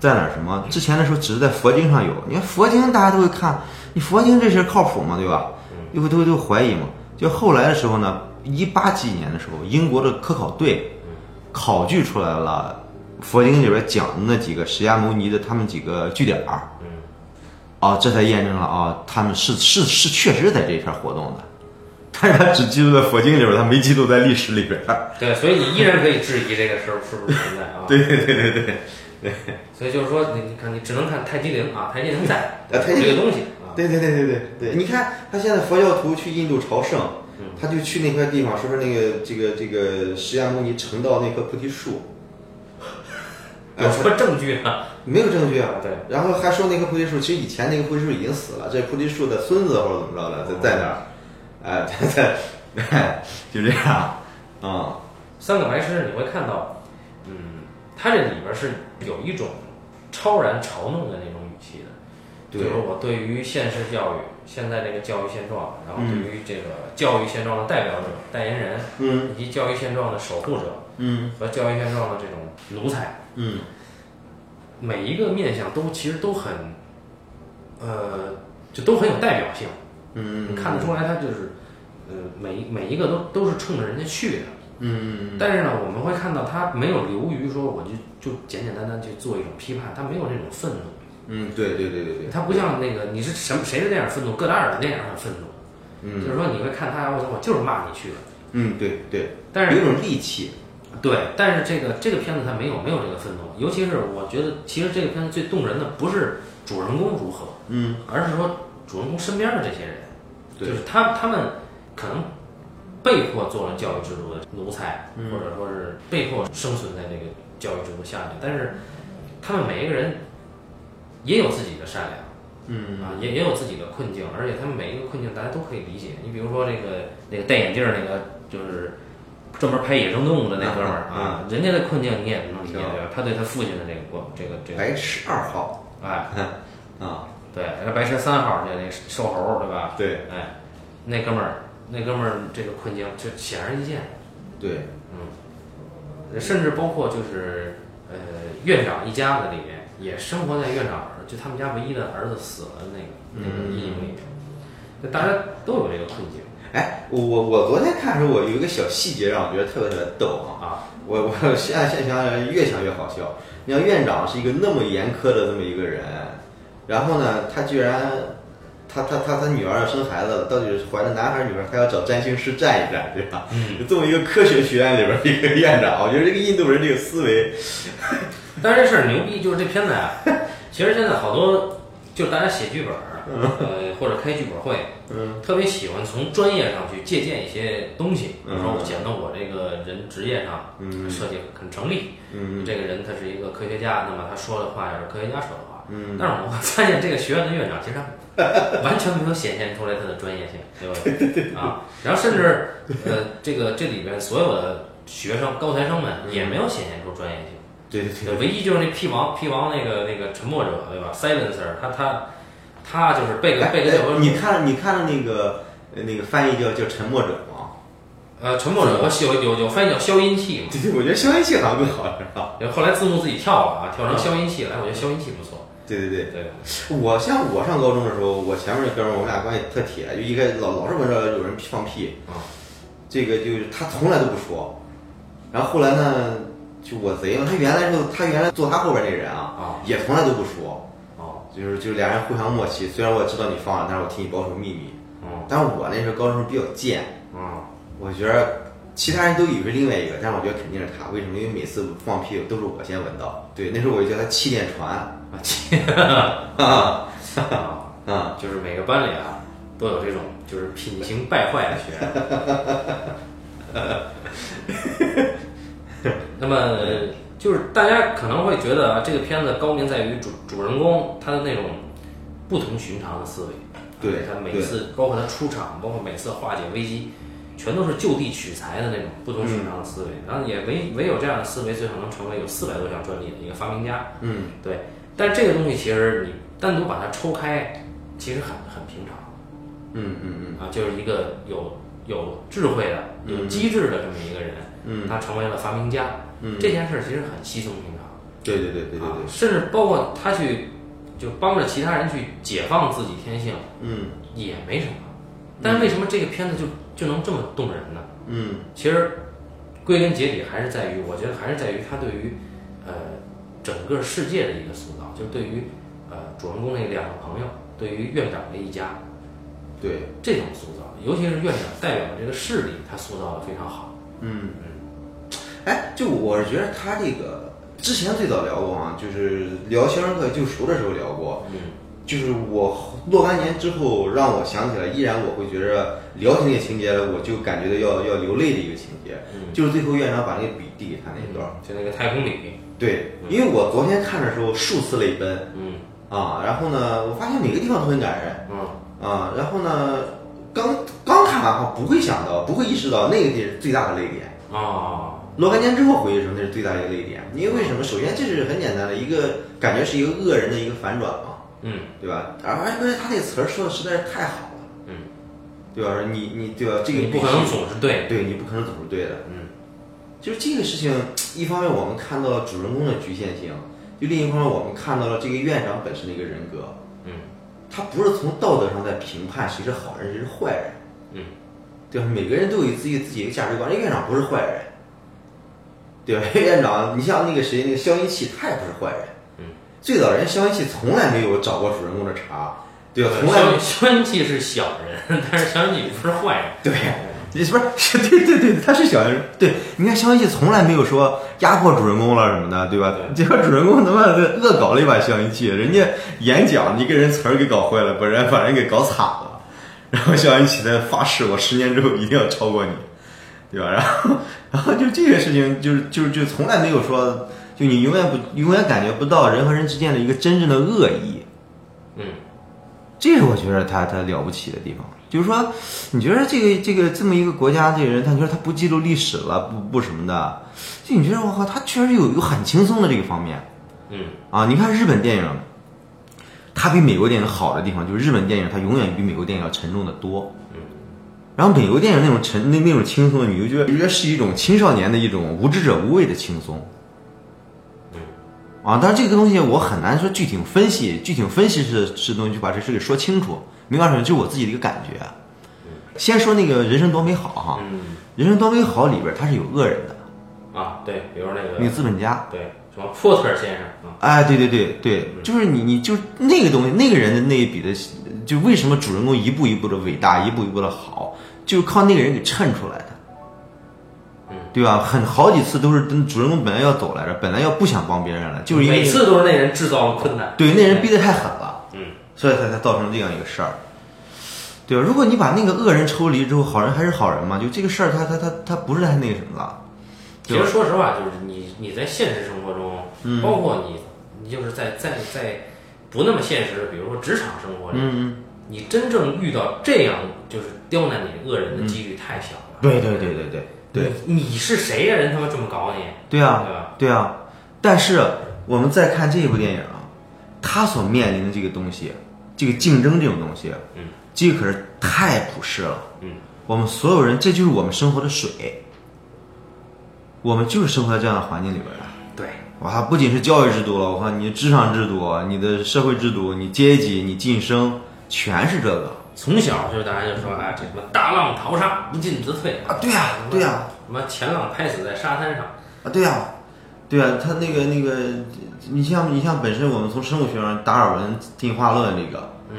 B: 在哪儿什么？之前的时候只是在佛经上有，你看佛经大家都会看，你佛经这事儿靠谱吗？对吧？又会都会都怀疑嘛。就后来的时候呢，一八几年的时候，英国的科考队考据出来了佛经里边讲的那几个释迦牟尼的他们几个据点儿。
A: 嗯
B: 啊，这才验证了啊，他们是是是确实在这一片活动的，但是他只记录在佛经里边，他没记录在历史里边。
A: 对，所以你依然可以质疑这个事儿是不是存在啊？
B: 对对对对对
A: 所以就是说，你你看，你只能看泰姬陵啊，泰姬陵在
B: 啊泰姬陵
A: 这个东西啊，
B: 对对对对对对，你看他现在佛教徒去印度朝圣，他就去那块地方，说是那个这个这个释迦牟尼成道那棵菩提树，哎
A: 有什么证据啊？
B: 没有证据啊。
A: 对，
B: 然后还说那棵菩提树，其实以前那个菩提树已经死了，这菩提树的孙子或者怎么着的，在在那儿，哎，在在， 哎，就这样，啊、
A: 三个白痴，你会看到，嗯，它这里边是有一种超然嘲弄的那种语气的，
B: 对
A: 就是我对于现实教育现在这个教育现状，然后对于这个教育现状的代表者、代言人，
B: 嗯
A: 以及教育现状的守护者
B: 嗯
A: 和教育现状的这种奴才，
B: 嗯
A: 每一个面相都其实都很，呃，就都很有代表性。
B: 嗯
A: 你看得出来，他就是，呃，每每一个都都是冲着人家去的。
B: 嗯
A: 但是呢，我们会看到他没有流于说我就就简简单单去做一种批判，他没有那种愤怒，
B: 嗯，对对对对对，
A: 他不像那个你是什么谁是那样愤怒，戈达尔的那样很愤怒，就
B: 嗯
A: 是说你会看他，我操，我就是骂你去的。
B: 嗯，对对，
A: 但是
B: 有种戾气，
A: 对，但是这个这个片子他没有没有这个愤怒，尤其是我觉得其实这个片子最动人的不是主人公如何，
B: 嗯，
A: 而是说主人公身边的这些人，
B: 对
A: 就是他他们可能被迫做了教育制度的奴才，或者说是被迫生存在这个教育制度下面，但是他们每一个人也有自己的善良。
B: 嗯
A: 啊，也也有自己的困境，而且他们每一个困境大家都可以理解。你比如说那个那个戴眼镜儿那个，就是专门拍野生动物的那哥们儿啊，人家的困境你也能理解对吧？他对他父亲的这个过这个这个，
B: 白痴二号
A: 哎，
B: 啊，
A: 对，那白蛇三号那那瘦猴儿对吧？
B: 对
A: 哎，那哥们儿那哥们儿这个困境就显而易见，
B: 对，
A: 甚至包括就是呃院长一家子里面也生活在院长儿就他们家唯一的儿子死了那个那个阴影里面，就大家都有这个困境
B: 哎，我我我昨天看的时候，我有一个小细节让我觉得特别特别逗啊，
A: 啊。
B: 我我现在现在想想越想越好笑。你像院长是一个那么严苛的这么一个人，然后呢，他居然他他他他女儿要生孩子了，到底是怀着男孩儿女孩儿，还要找占星师占一占，对吧？嗯，这么一个科学学院里边儿的一个院长，我觉得这个印度人这个思维，
A: 但是这事儿牛逼，就是这片子啊，其实现在好多就是大家写剧本儿，呃，或者开剧本会，
B: 嗯
A: 特别喜欢从专业上去借鉴一些东西。比如说，
B: 嗯
A: 我显得我这个人职业上
B: 嗯
A: 设计很成立，
B: 嗯
A: 这个人他是一个科学家，那么他说的话也是科学家说的话。
B: 嗯，
A: 但是我发现这个学院的院长其实 他完全没有显现出来他的专业性，对吧？啊，然后甚至呃，这个这里边所有的学生高材生们
B: 嗯
A: 也没有显现出专业性。
B: 对对
A: 对，唯一就是那 P 王，P 王那个那个沉默者，对吧？Silencer，他他他就是贝
B: 对，
A: 克
B: 哎
A: 贝克
B: 哎
A: 教授，
B: 你看你看的那个呃那个翻译叫叫沉默者吗？
A: 呃，沉默者和消有有翻译叫消音器嘛，
B: 对对，我觉得消音器好像更好，是吧？
A: 然后后来字幕自己跳了啊，跳成消音器了，哎，我觉得消音器不错，
B: 对嗯对对。
A: 对，
B: 我像我上高中的时候，我前面那哥们儿，我们俩关系特铁，就一个老老是闻着有人放屁，
A: 啊，
B: 这个就是他从来都不说。然后后来呢，就我贼了，他原来就他原来坐他后边那人啊
A: 啊，
B: 也从来都不说，
A: 哦，
B: 就是就是俩人互相默契。虽然我知道你放了，但是我替你保守秘密。
A: 嗯
B: 但是我那时候高中时候比较贱，
A: 嗯，
B: 我觉得其他人都以为另外一个，但是我觉得肯定是他。为什么？因为每次放屁都是我先闻到。对，那时候我就叫他气垫船
A: 啊，气
B: 啊
A: 啊，
B: 啊，
A: 就是每个班里啊都有这种就是品行败坏的学生。 那么呃就是大家可能会觉得啊，这个片子高明在于主主人公他的那种不同寻常的思维，啊
B: 对
A: 他每
B: 对
A: 次包括他出场，包括每次化解危机，全都是就地取材的那种不同寻常的思维。
B: 嗯
A: 然后也唯唯有这样的思维，最后能成为有四百多项专利的一个发明家。
B: 嗯。
A: 对，但这个东西其实你单独把它抽开，其实很很平常
B: 嗯嗯
A: 啊，就是一个有有智慧的、有机智的这么一个人，
B: 嗯
A: 他成为了发明家，
B: 嗯
A: 这件事其实很稀松平常
B: 嗯，对对对对对
A: 啊
B: 对，，
A: 甚至包括他去就帮着其他人去解放自己天性
B: 嗯
A: 也没什么，但是为什么这个片子就就能这么动人呢？
B: 嗯
A: 其实归根结底还是在于，我觉得还是在于他对于呃整个世界的一个塑造，就是对于呃主人公那两个朋友，对于院长这一家
B: 对，
A: 这种塑造，尤其是院长代表的这个势力，他塑造的非常好。
B: 嗯哎，就我是觉得他这个之前最早聊过啊，就是聊《肖申克的救赎》的时候聊过，
A: 嗯
B: 就是我若干年之后让我想起来，依然我会觉着聊起那个情节来，我就感觉到要要流泪的一个情节，
A: 嗯，
B: 就是最后院长把那个笔递给他那一段儿，
A: 就那个太空里，
B: 对，因为我昨天看的时候数次泪奔
A: 嗯
B: 啊，然后呢，我发现每个地方都很感人。
A: 嗯
B: 啊，然后呢，刚刚看完哈，不会想到，不会意识到那个是最大的泪点。
A: 哦，
B: 若干年之后回忆的时候，那是最大的一个泪点。因为为什么？首先这是很简单的一个感觉，是一个恶人的一个反转嘛，
A: 嗯
B: 对吧？而而且他那个词儿说的实在是太好了，
A: 嗯，
B: 对吧？你你对吧？这个
A: 你不
B: 必须
A: 可能总是对，
B: 对，你不可能总是对的。
A: 嗯
B: 就是这个事情，一方面我们看到了主人公的局限性，就另一方面我们看到了这个院长本身的一个人格，
A: 嗯
B: 他不是从道德上在评判谁是好人，谁是坏人。
A: 嗯
B: 对吧？每个人都有自己自己的价值观。这院长不是坏人，对吧？院长，你像那个谁，那个消音器，他也不是坏人。
A: 嗯，
B: 最早人消音器从来没有找过主人公的茬，对吧？从来没
A: 肖肖恩记是小人，但是肖恩记不是坏人，
B: 对，你是不是？是 对对对，他是小人。对，你看消音器从来没有说压迫主人公了什么的，对吧？ 结果主人公他妈的恶搞了一把消音器，人家演讲一个人词儿给搞坏了，把人把人给搞惨了，然后消音器在发誓，我十年之后一定要超过你，对吧？然后然后就这个事情，就是就是就从来没有说，就你永远不永远感觉不到人和人之间的一个真正的恶意。
A: 嗯
B: 这是我觉得他他了不起的地方，就是说，你觉得这个这个这么一个国家，这个人，他觉得他不记录历史了，不不什么的，就你觉得我靠，他确实有有很轻松的这个方面
A: 嗯
B: 啊。你看日本电影，它比美国电影好的地方，就是日本电影它永远比美国电影要沉重的多。然后美国电影那种沉那那种轻松的，你就觉得觉得是一种青少年的一种无知者无畏的轻松。啊，但是这个东西我很难说具体分析，具体分析是是东西就把这事给说清楚，没办法，这是我自己的一个感觉。啊先说那个人生多美好哈，
A: 嗯
B: 人生多美好里边它是有恶人的，
A: 啊，对，比如那个
B: 那个资本家，
A: 对，什么波特先生啊，
B: 哎，对对对对，就是你你就是那个东西，那个人的那一笔的，就为什么主人公一步一步的伟大，一步一步的好，就是靠那个人给衬出来的
A: 嗯，
B: 对吧？很好几次都是主人公本来要走来着，本来要不想帮别人了，就是因为
A: 每次都是那人制造了困难。
B: 嗯对那人逼得太狠了。
A: 嗯，
B: 所以才才造成这样一个事儿，对吧？如果你把那个恶人抽离之后，好人还是好人嘛，就这个事儿，他他他他不是太那什么了，
A: 其
B: 对
A: 实
B: 吧？嗯
A: 说实话，就是你你在现实生活中，包括你你就是在在在不那么现实，比如说职场生活里，
B: 嗯，
A: 你真正遇到这样就是刁难你的恶人的几率太小了。
B: 嗯对对对对对对
A: 你，你是谁呀？人他妈这么搞你，
B: 对啊，
A: 对吧？
B: 对啊，但是我们再看这部电影啊，他所面临的这个东西，这个竞争这种东西，
A: 嗯，
B: 这可是太普世了。
A: 嗯，
B: 我们所有人，这就是我们生活的水，我们就是生活在这样的环境里边的。
A: 对，
B: 哇，它不仅是教育制度了，我看你的职场制度、你的社会制度、你阶级、你晋升，全是这个
A: 从小就大家就说啊，这什么大浪淘沙，不进则退
B: 啊！对呀、对呀、
A: 什么前浪拍死在沙滩上，
B: 啊，对呀、对呀、他那个那个，你像你像本身我们从生物学上达尔文进化论这个
A: 嗯，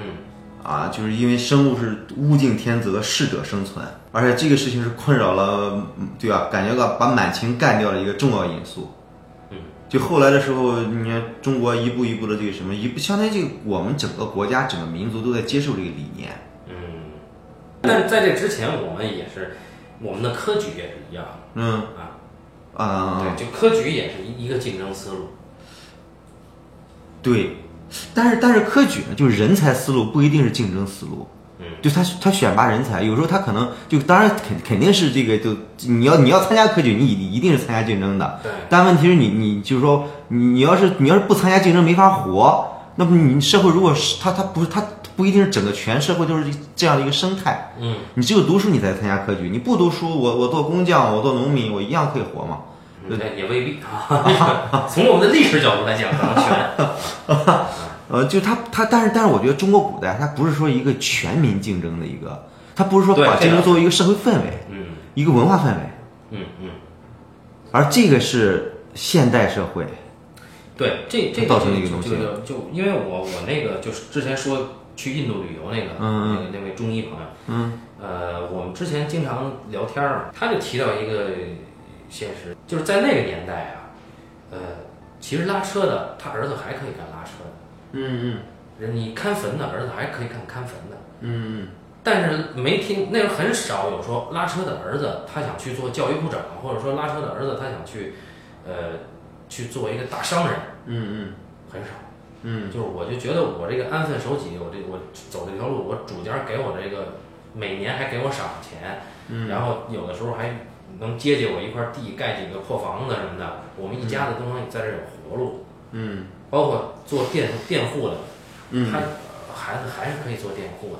B: 啊，就是因为生物是物竞天择，适者生存，而且这个事情是困扰了，嗯对吧、感觉到把满清干掉了一个重要因素。
A: 嗯，
B: 就后来的时候，你看中国一步一步的这个什么，一步相当于这个我们整个国家、整个民族都在接受这个理念。
A: 嗯，但是在这之前，我们也是，我们的科举也是一样
B: 嗯
A: 啊，
B: 啊、
A: 对，就科举也是一一个竞争思路，
B: 对，但是但是科举呢，就是人才思路不一定是竞争思路。
A: 嗯，
B: 就他他选拔人才，有时候他可能就当然肯肯定是这个，就你要你要参加科举，你一一定是参加竞争的。
A: 对
B: 但问题是你你就是说你你要是你要是不参加竞争没法活，那么你社会如果是他他不他不一定是整个全社会都是这样的一个生态。
A: 嗯，
B: 你只有读书你才参加科举，你不读书，我我做工匠，我做农民，我一样可以活嘛。
A: 那哎也未必啊。 从我们的历史角度来讲，可能全
B: 呃，就他他，但是但是，我觉得中国古代它不是说一个全民竞争的一个，它不是说
A: 对
B: 把
A: 这
B: 竞争
A: 个
B: 作为一个社会氛围、
A: 嗯
B: 一个文化氛围，
A: 嗯嗯，
B: 而这个是现代社会。
A: 对，这这
B: 它
A: 个
B: 造成了一个
A: 就
B: 东西
A: 就就就因为我我那个就是之前说去印度旅游那个
B: 嗯
A: 那个那位中医朋友，
B: 嗯
A: 呃，我们之前经常聊天儿嘛，他就提到一个现实，就是在那个年代啊，呃，其实拉车的他儿子还可以干拉车的，
B: 嗯
A: 人你看坟的儿子还可以干看坟的。
B: 嗯嗯
A: 但是没听那时候很少有说拉车的儿子他想去做教育部长，或者说拉车的儿子他想去，呃，去做一个大商人，
B: 嗯
A: 很少。
B: 嗯
A: 就是我就觉得我这个安分守己，我这我走这条路，我主家给我这个每年还给我赏钱，然后有的时候还能接济我一块地，盖几个破房子什么的，我们一家子都能在这儿有活路，
B: 嗯
A: 包括做佃佃户的，
B: 嗯
A: 他呃孩子还是可以做佃户的。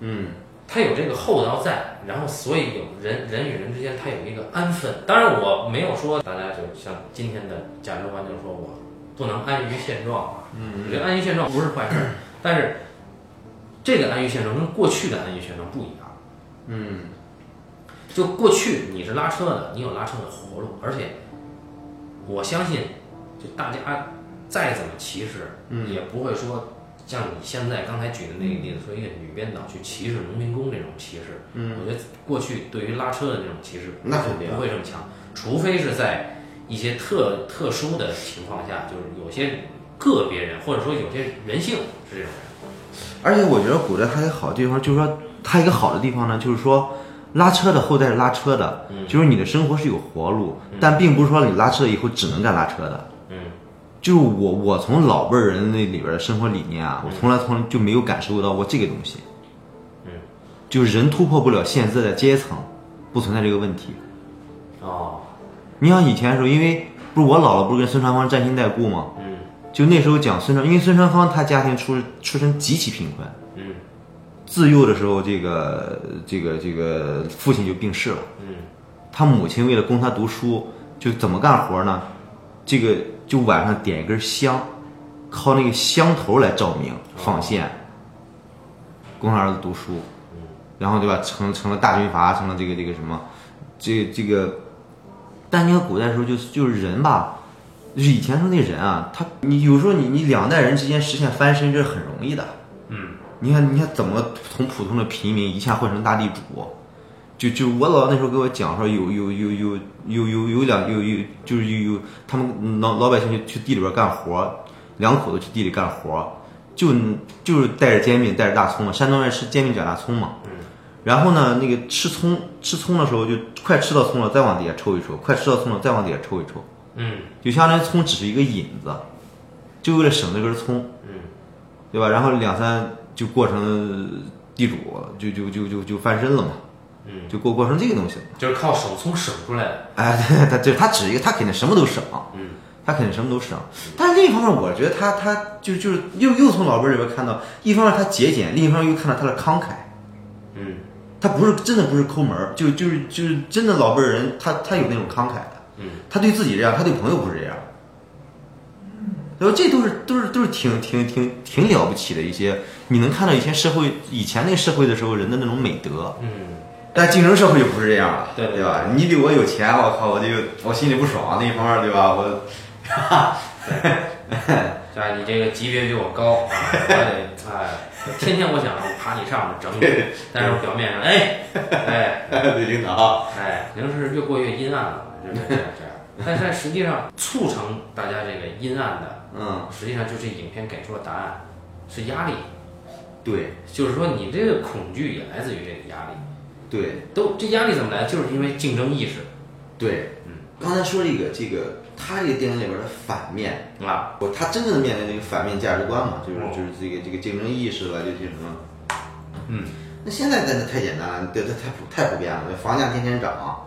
B: 嗯
A: 他有这个厚道在，然后所以有人人与人之间他有一个安分。当然我没有说大家就像今天的价值观，就是说我不能安于现状啊。嗯，我觉得安于现状不是坏事儿，但是这个安于现状跟过去的安于现状不一样。
B: 嗯，
A: 就过去你是拉车的，你有拉车的活路，而且我相信，就大家再怎么歧视，
B: 嗯
A: 也不会说像你现在刚才举的那个例子，说一个女编导去歧视农民工这种歧视，嗯，我觉得过去对于拉车的这种歧视，
B: 那肯定啊
A: 不会这么强，除非是在一些特特殊的情况下，就是有些个别人或者说有些人性是这种人，
B: 而且我觉得古代它有好地方，就是说它一个好的地方呢，就是说拉车的后代是拉车的，
A: 嗯
B: 就是你的生活是有活路，但并不是说你拉车以后只能干拉车的。
A: 嗯
B: 就是我我从老辈儿人那里边的生活理念啊，我从来从来就没有感受到过这个东西。
A: 嗯，
B: 就是人突破不了现在的阶层，不存在这个问题。
A: 哦，
B: 你像以前的时候，因为不是我姥姥不是跟孙传芳沾亲带故吗？
A: 嗯
B: 就那时候讲孙传，因为孙传芳他家庭出出身极其贫困，
A: 嗯
B: 自幼的时候这个这个这个父亲就病逝了。
A: 嗯
B: 他母亲为了供他读书，就怎么干活呢？这个就晚上点一根香，靠那个香头来照明放线，供他儿子读书，然后对吧？成成了大军阀，成了这个这个什么，这这个。但你看古代的时候就是就是人吧，就是以前说那人啊，他你有时候你你两代人之间实现翻身这是很容易的，
A: 嗯
B: 你看，你看怎么从普通的平民一下混成大地主？就就我姥姥那时候给我讲说有，有有有有有有两有有就是有有他们老老百姓去去地里边干活，两口子去地里干活，就就是带着煎饼，带着大葱嘛，山东人吃煎饼卷大葱嘛。然后呢，那个吃葱吃葱的时候，就快吃到葱了，再往底下抽一抽，快吃到葱了，再往底下抽一抽，
A: 嗯
B: 就相当于葱只是一个引子，就为了省这根葱，
A: 嗯
B: 对吧？然后两三就过成地主，就就就就就翻身了嘛，
A: 嗯，
B: 就过过成这个东西了。
A: 就是靠手从省出来的，
B: 哎， 对他这他只是一个，他肯定什么都省，
A: 嗯
B: 他肯定什么都省。但是另一方面，我觉得他他就就是又又从老辈儿里边看到，一方面他节俭，另一方面又看到他的慷慨。
A: 嗯
B: 他不是真的不是抠门儿，就就是就是真的老辈儿人，他他有那种慷慨的，
A: 嗯
B: 他对自己这样，他对朋友不是这样。然后这都是都是都是挺挺挺挺了不起的一些，你能看到以前社会以前那个社会的时候人的那种美德，
A: 嗯，
B: 但竞争社会就不是这样了，
A: 对对
B: 吧？你比我有钱，我靠，我就我心里不爽那一方面，对 吧？我
A: 是吧？你这个级别比我高啊，我得哎，天天我想我爬你上面整你，但是我表面上哎哎
B: 对领导，
A: 哎，可能是越过越阴暗了，就是这样这样。但是实际上促成大家这个阴暗的，
B: 嗯，
A: 实际上就是影片给出了答案，是压力，
B: 对
A: 就是说你这个恐惧也来自于这个压力。
B: 对
A: 都这压力怎么来？就是因为竞争意识
B: 对，嗯，刚才说这个这个，他这个电影里边的反面，
A: 啊，
B: 我他真正的面临那个反面价值观嘛，就是
A: 哦
B: 就是这个这个竞争意识了，就这什么。
A: 嗯，
B: 那现在真的太简单了，对，这太普太普遍了，房价天天涨，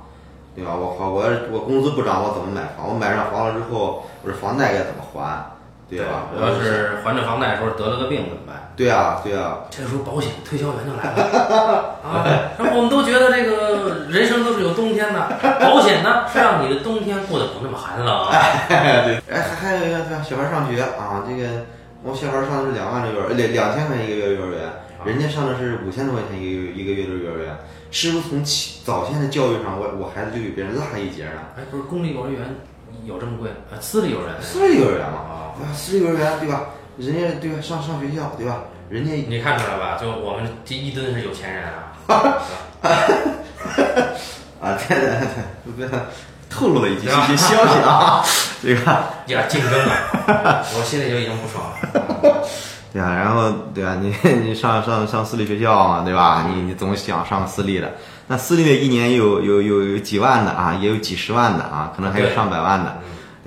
B: 对吧？我靠，我要是我工资不涨，我怎么买房？我买上房了之后，我这房贷该怎么还？对吧？
A: 我要是还着房贷的时候得了个病怎么办？
B: 对啊，对啊，
A: 这时候保险推销员就来了 啊！然后我们都觉得这个人生都是有冬天的，保险呢是让你的冬天过得不那么寒冷啊。
B: 哎，还还有一个小孩上学啊，这个我小孩上的是两万的幼儿，两两千块钱一个月幼儿园，人家上的是五千多块钱一个月一个月的幼儿园，是不是从起早先的教育上，我我孩子就比别人落了一截呢？
A: 哎，不是公立幼儿园有这么贵，啊，私立幼儿园
B: 私立幼儿园嘛，
A: 啊，
B: 啊，私立幼儿园对吧？人家对吧，上上学校对吧？人家
A: 你看出来吧？就我们这一吨是有钱人啊，
B: 啊，对对对对对，透露了一些一些消息啊，这个
A: 有点竞争啊，我心里就已经不爽 了。
B: 对啊，然后对啊，你你上上上私立学校嘛，对吧？你你总想上私立的，那私立的一年有有有有几万的啊，也有几十万的啊，可能还有
A: 对嗯
B: 上百万的，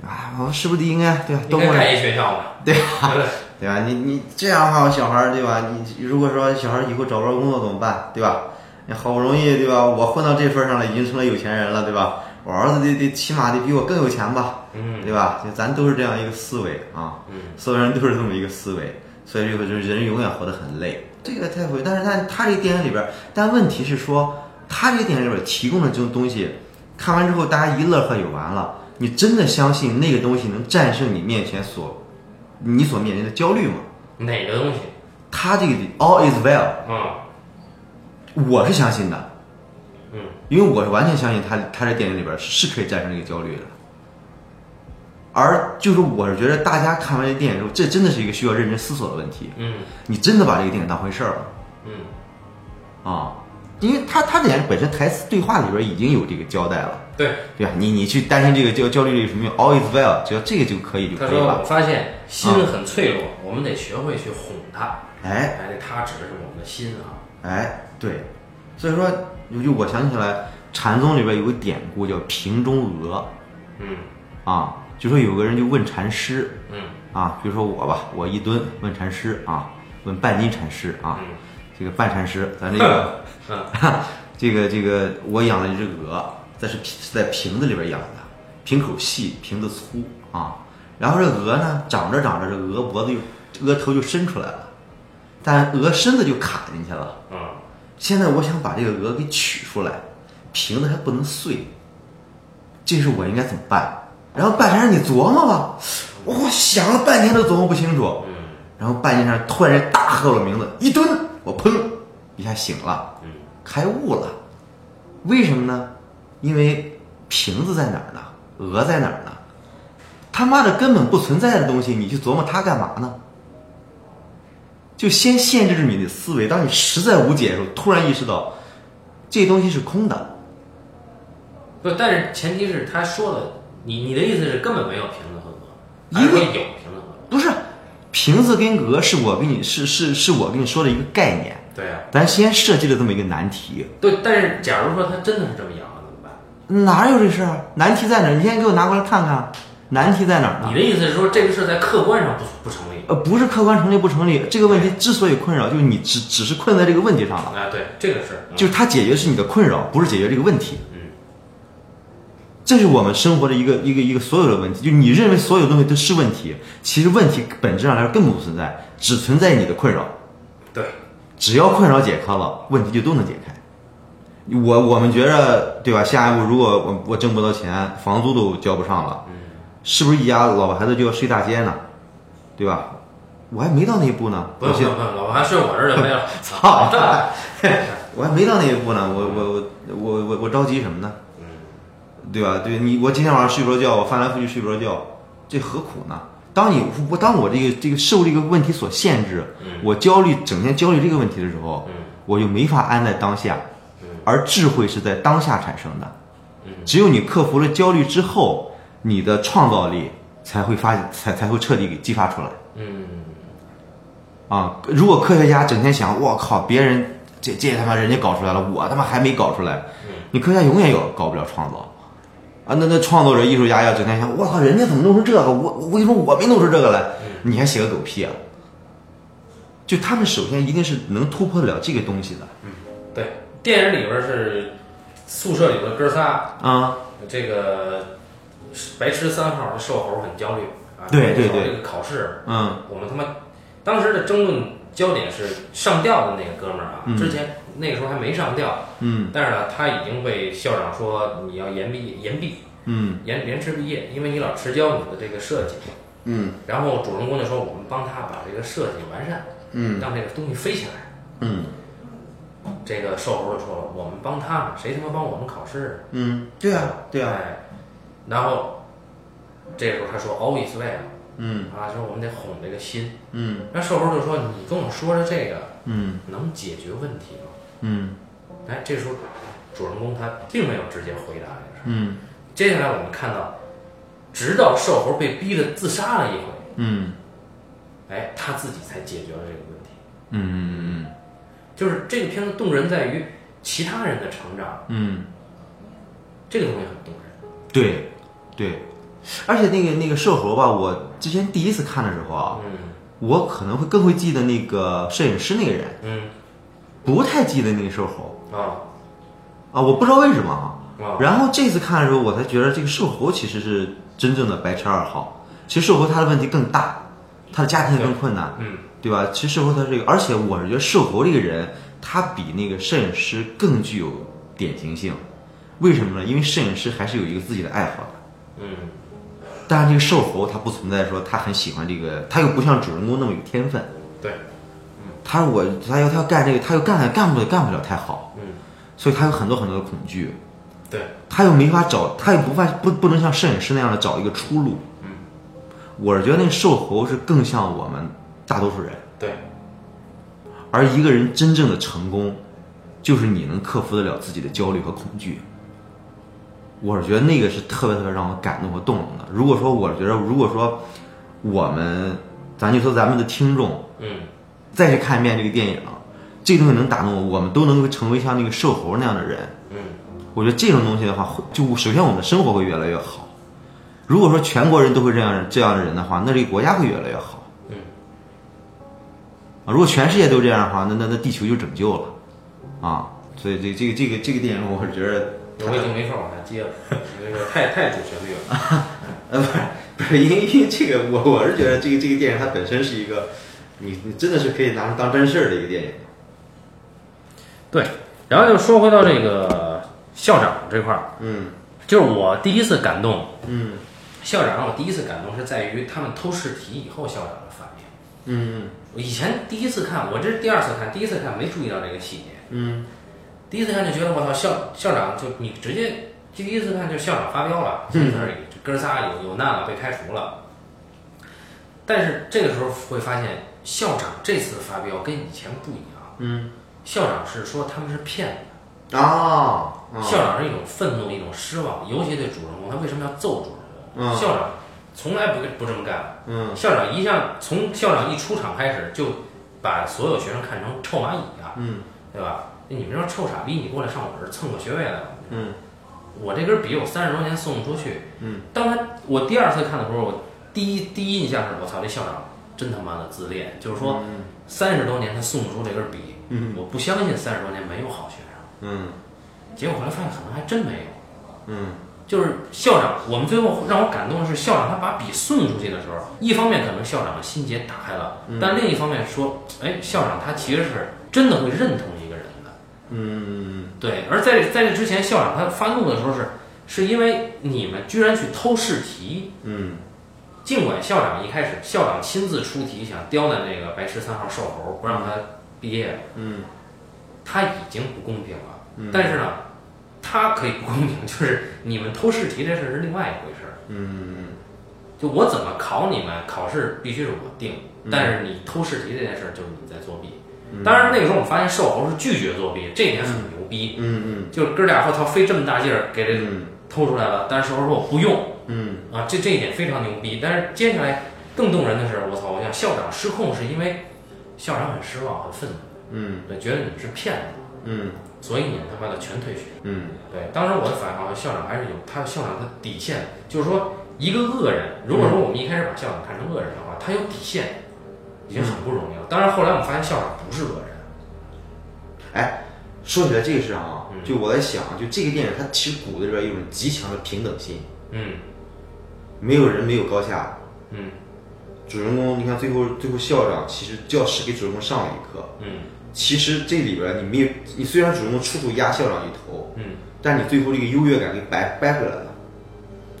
B: 对吧？我是不是应该对吧？
A: 应
B: 都
A: 该
B: 过来
A: 盖一学校嘛，
B: 对啊
A: 对不对
B: 对吧？你你这样的话，小孩儿对吧？你如果说小孩儿以后找不着工作怎么办？对吧？你好不容易对吧？我混到这份儿上了，已经成了有钱人了，对吧？我儿子得得起码得比我更有钱吧？
A: 嗯
B: 对吧？就咱都是这样一个思维啊，
A: 嗯
B: 所有人都是这么一个思维，所以这个就是人永远活得很累。这个太会，但是但他这个电影里边儿，但问题是说，他这个电影里边儿提供的这种东西，看完之后大家一乐呵就完了。你真的相信那个东西能战胜你面前所你所面临的焦虑吗？
A: 哪个东西？
B: 他这个 all is well，
A: 嗯
B: 我是相信的，
A: 嗯
B: 因为我是完全相信他，他在电影里边是是可以战胜这个焦虑的。而就是我是觉得大家看完这电影之后，这真的是一个需要认真思索的问题。
A: 嗯
B: 你真的把这个电影当回事儿了
A: 嗯
B: 啊？因为他他这电影本身台词对话里边已经有这个交代了，
A: 对，
B: 对吧？你你去担心这个焦焦虑这个什么用，all is well，只要这个就可以就
A: 他
B: 可以啊
A: 说
B: 了
A: 我。发现心很脆弱，我们得学会去哄他。
B: 哎
A: 哎，这他指的是我们的心啊。
B: 哎，对，所以说就我想起来，禅宗里边有个典故叫瓶中鹅
A: 嗯
B: 啊，就说有个人就问禅师，
A: 嗯
B: 啊，比如说我吧，我一吨问禅师啊，问半斤禅师啊，
A: 嗯
B: 这个半禅师，咱这个
A: 嗯
B: 这个这个，我养了一只鹅，但是瓶是在瓶子里边养的，瓶口细，瓶子粗啊。然后这鹅呢，长着长着，这鹅脖子就鹅头就伸出来了，但鹅身子就卡进去了。
A: 嗯
B: 现在我想把这个鹅给取出来，瓶子还不能碎，这是我应该怎么办？然后半禅师，你琢磨吧，我想了半天都琢磨不清楚。
A: 嗯
B: 然后半夜上突然大喝我名字，一蹲，我砰一下醒了，
A: 嗯
B: 开悟了。为什么呢？因为瓶子在哪儿呢？鹅在哪儿呢？他妈的根本不存在的东西，你去琢磨它干嘛呢？就先限制住你的思维，当你实在无解的时候，突然意识到这东西是空的。
A: 不，但是前提是他说的，你你的意思是根本没有瓶子和鹅，还
B: 因
A: 是说
B: 为
A: 有瓶子和鹅？
B: 不是，瓶子跟格是我跟你是是是我跟你说的一个概念，
A: 对啊，
B: 咱先设计了这么一个难题，
A: 对。但是假如说他真的是这么
B: 啊
A: 养了怎么办？
B: 哪有这事儿？难题在哪儿？你先给我拿过来看看，难题在哪儿呢
A: 你？的意思是说这个事在客观上不不成立？
B: 呃，不是客观成立不成立，这个问题之所以困扰，就是你只只是困在这个问题上了，
A: 啊，对，这个是，嗯
B: 就是它解决是你的困扰，不是解决这个问题。
A: 嗯，
B: 这是我们生活的一个一个一个所有的问题，就你认为所有东西都是问题，其实问题本质上来说根本不存在，只存在你的困扰。
A: 对，
B: 只要困扰解开了，问题就都能解开。我我们觉着对吧？下一步如果我我挣不到钱，房租都交不上了，是不是一家老婆孩子就要睡大街呢？对吧？我还没到那一步呢，
A: 不
B: 我
A: 用不
B: 现
A: 用不用，老王睡我这儿就没了。
B: 操，我还没到那一步呢，我我我我我我着急什么呢？对吧？对你，我今天晚上睡不着觉，我翻来覆去睡不着觉，这何苦呢？当你我当我这个这个受这个问题所限制，我焦虑整天焦虑这个问题的时候，我就没法安在当下，而智慧是在当下产生的。只有你克服了焦虑之后，你的创造力才会发才才会彻底给激发出来。
A: 嗯，
B: 啊，如果科学家整天想，我靠，别人这这他妈人家搞出来了，我他妈还没搞出来，你科学家永远有搞不了创造。啊，那那创作者、艺术家要整天想，我靠，人家怎么弄成这个？我我为什么我没弄出这个来？你还写个狗屁啊！就他们首先一定是能突破得了这个东西的
A: 对，电影里边是宿舍里边哥仨，
B: 啊，
A: 这个白痴三号的瘦猴很焦虑啊，
B: 对对对
A: 这个考试，
B: 嗯
A: 我们他妈当时的争论焦点是上吊的那个哥们儿啊，之前那个时候还没上吊，
B: 嗯
A: 但是呢，他已经被校长说你要延毕延毕
B: 嗯
A: 延延迟毕业，因为你老迟交你的这个设计。
B: 嗯
A: 然后主人公就说我们帮他把这个设计完善，
B: 嗯
A: 让这个东西飞起来。
B: 嗯
A: 这个瘦猴就说了，我们帮他呢，谁他妈帮我们考试啊？
B: 嗯，对啊对啊，
A: 哎然后这时候他说 always well
B: 嗯
A: 啊，就是我们得哄这个心。
B: 嗯
A: 那瘦猴就说：“你跟我说的这个
B: 嗯
A: 能解决问题吗
B: 嗯？”
A: 哎，这时候主人公他并没有直接回答这个事儿。
B: 嗯
A: 接下来我们看到，直到瘦猴被逼得自杀了一回，
B: 嗯
A: 哎，他自己才解决了这个问题。
B: 嗯
A: 就是这个片子动人在于其他人的成长，
B: 嗯。
A: 这个东西很动人。
B: 对，对，而且那个那个瘦猴吧，我之前第一次看的时候啊，
A: 嗯
B: 我可能会更会记得那个摄影师那个人，
A: 嗯
B: 不太记得那个瘦猴
A: 啊
B: 啊，我不知道为什么啊。
A: 啊
B: 然后这次看的时候，我才觉得这个瘦猴其实是真正的白痴二号。其实瘦猴他的问题更大，他的家庭更困难，
A: 嗯
B: 对吧？其实瘦猴他这个，而且我是觉得瘦猴这个人，他比那个摄影师更具有典型性。为什么呢？因为摄影师还是有一个自己的爱好的。
A: 嗯
B: 但是这个瘦猴他不存在说他很喜欢这个，他又不像主人公那么有天分。
A: 对
B: 他说我他要他要干这个，他又干干不了干不了太好，
A: 嗯
B: 所以他有很多很多的恐惧，
A: 对
B: 他又没法找，他又不法不不能像摄影师那样的找一个出路。
A: 嗯
B: 我是觉得那个瘦猴是更像我们大多数人，
A: 对
B: 而一个人真正的成功，就是你能克服得了自己的焦虑和恐惧。我是觉得那个是特别特别让我感动和动容的。如果说我觉得，如果说我们，咱就说咱们的听众
A: 嗯
B: 再去看一遍这个电影，这东西能打动我，我们都能够成为像那个瘦猴那样的人。
A: 嗯
B: 我觉得这种东西的话，会就首先我们的生活会越来越好。如果说全国人都会这样这样的人的话，那这个国家会越来越好。
A: 嗯
B: 啊，如果全世界都这样的话，那那那地球就拯救了，啊，所以这这个这个这个电影，我是觉得它，
A: 我已经没法往下接了，这个太太主旋律了。
B: 呃，不是不是，因为因为这个，我我是觉得这个这个电影它本身是一个，你你真的是可以拿它当真事儿的一个电影。
A: 对，然后就说回到这个校长这块儿，
B: 嗯
A: 就是我第一次感动，
B: 嗯
A: 校长让我第一次感动是在于他们偷试题以后校长的反应。
B: 嗯
A: 我以前第一次看，我这是第二次看，第一次看没注意到这个细节，
B: 嗯
A: 第一次看就觉得我操，校校长就你直接第一次看就校长发飙了，
B: 嗯
A: 这事儿里这哥仨有有难了，被开除了。但是这个时候会发现，校长这次发飙跟以前不一样，
B: 嗯
A: 校长是说他们是骗子。
B: 啊，
A: 校长是一种愤怒，一种失望，尤其对主人公，他为什么要揍主人公？
B: 嗯
A: 校长从来不不这么干。
B: 嗯
A: 校长一向从校长一出场开始，就把所有学生看成臭蚂蚁啊，
B: 嗯
A: 对吧？你们这帮臭傻逼，你过来上我这儿蹭个学位来了。
B: 嗯
A: 我这根笔我三十块钱送不出去。
B: 嗯，
A: 当他我第二次看的时候，我第一第一印象是我操，这校长真他妈的自恋，就是说三十多年他送不出这根笔，
B: 嗯
A: 我不相信三十多年没有好学生。
B: 嗯
A: 结果后来发现可能还真没有，
B: 嗯
A: 就是校长，我们最后让我感动的是校长他把笔送出去的时候，一方面可能校长的心结打开了，
B: 嗯
A: 但另一方面说，哎，校长他其实是真的会认同一个人的。
B: 嗯
A: 对，而在在这之前，校长他发怒的时候是，是因为你们居然去偷试题。
B: 嗯
A: 尽管校长一开始，校长亲自出题想刁难这个白痴三号瘦猴，不让他毕业，
B: 嗯
A: 他已经不公平了。但是呢，他可以不公平， 就是你们偷试题这事儿是另外一回事儿。
B: 嗯
A: 就我怎么考你们，考试必须是我定，
B: 嗯
A: 但是你偷试题这件事儿就是你在作弊。当然那个时候我们发现瘦猴是拒绝作弊，这一点很牛逼。
B: 嗯
A: 就是哥俩说操费这么大劲儿给这
B: 嗯
A: 偷出来了，但是瘦猴说我不用，
B: 嗯
A: 啊，这这一点非常牛逼。但是接下来更动人的是，我操！我想校长失控是因为校长很失望、很愤怒，
B: 嗯
A: 对，觉得你们是骗子，
B: 嗯
A: 所以你们他妈的全退学。
B: 嗯
A: 对，当时我的反抗，校长还是有他校长的底线，就是说一个恶人，如果说我们一开始把校长看成恶人的话，他有底线，已经很不容易了。当然后来我们发现校长不是恶人，
B: 哎，说起来这个事儿啊，就我在想，就这个电影它其实骨子里边有一种极强的平等心，
A: 嗯
B: 没有人没有高下。
A: 嗯
B: 主人公，你看最后最后校长其实教师给主人公上了一课。
A: 嗯
B: 其实这里边你没有，你虽然主人公处处压校长一头，
A: 嗯
B: 但你最后这个优越感给掰掰回来了。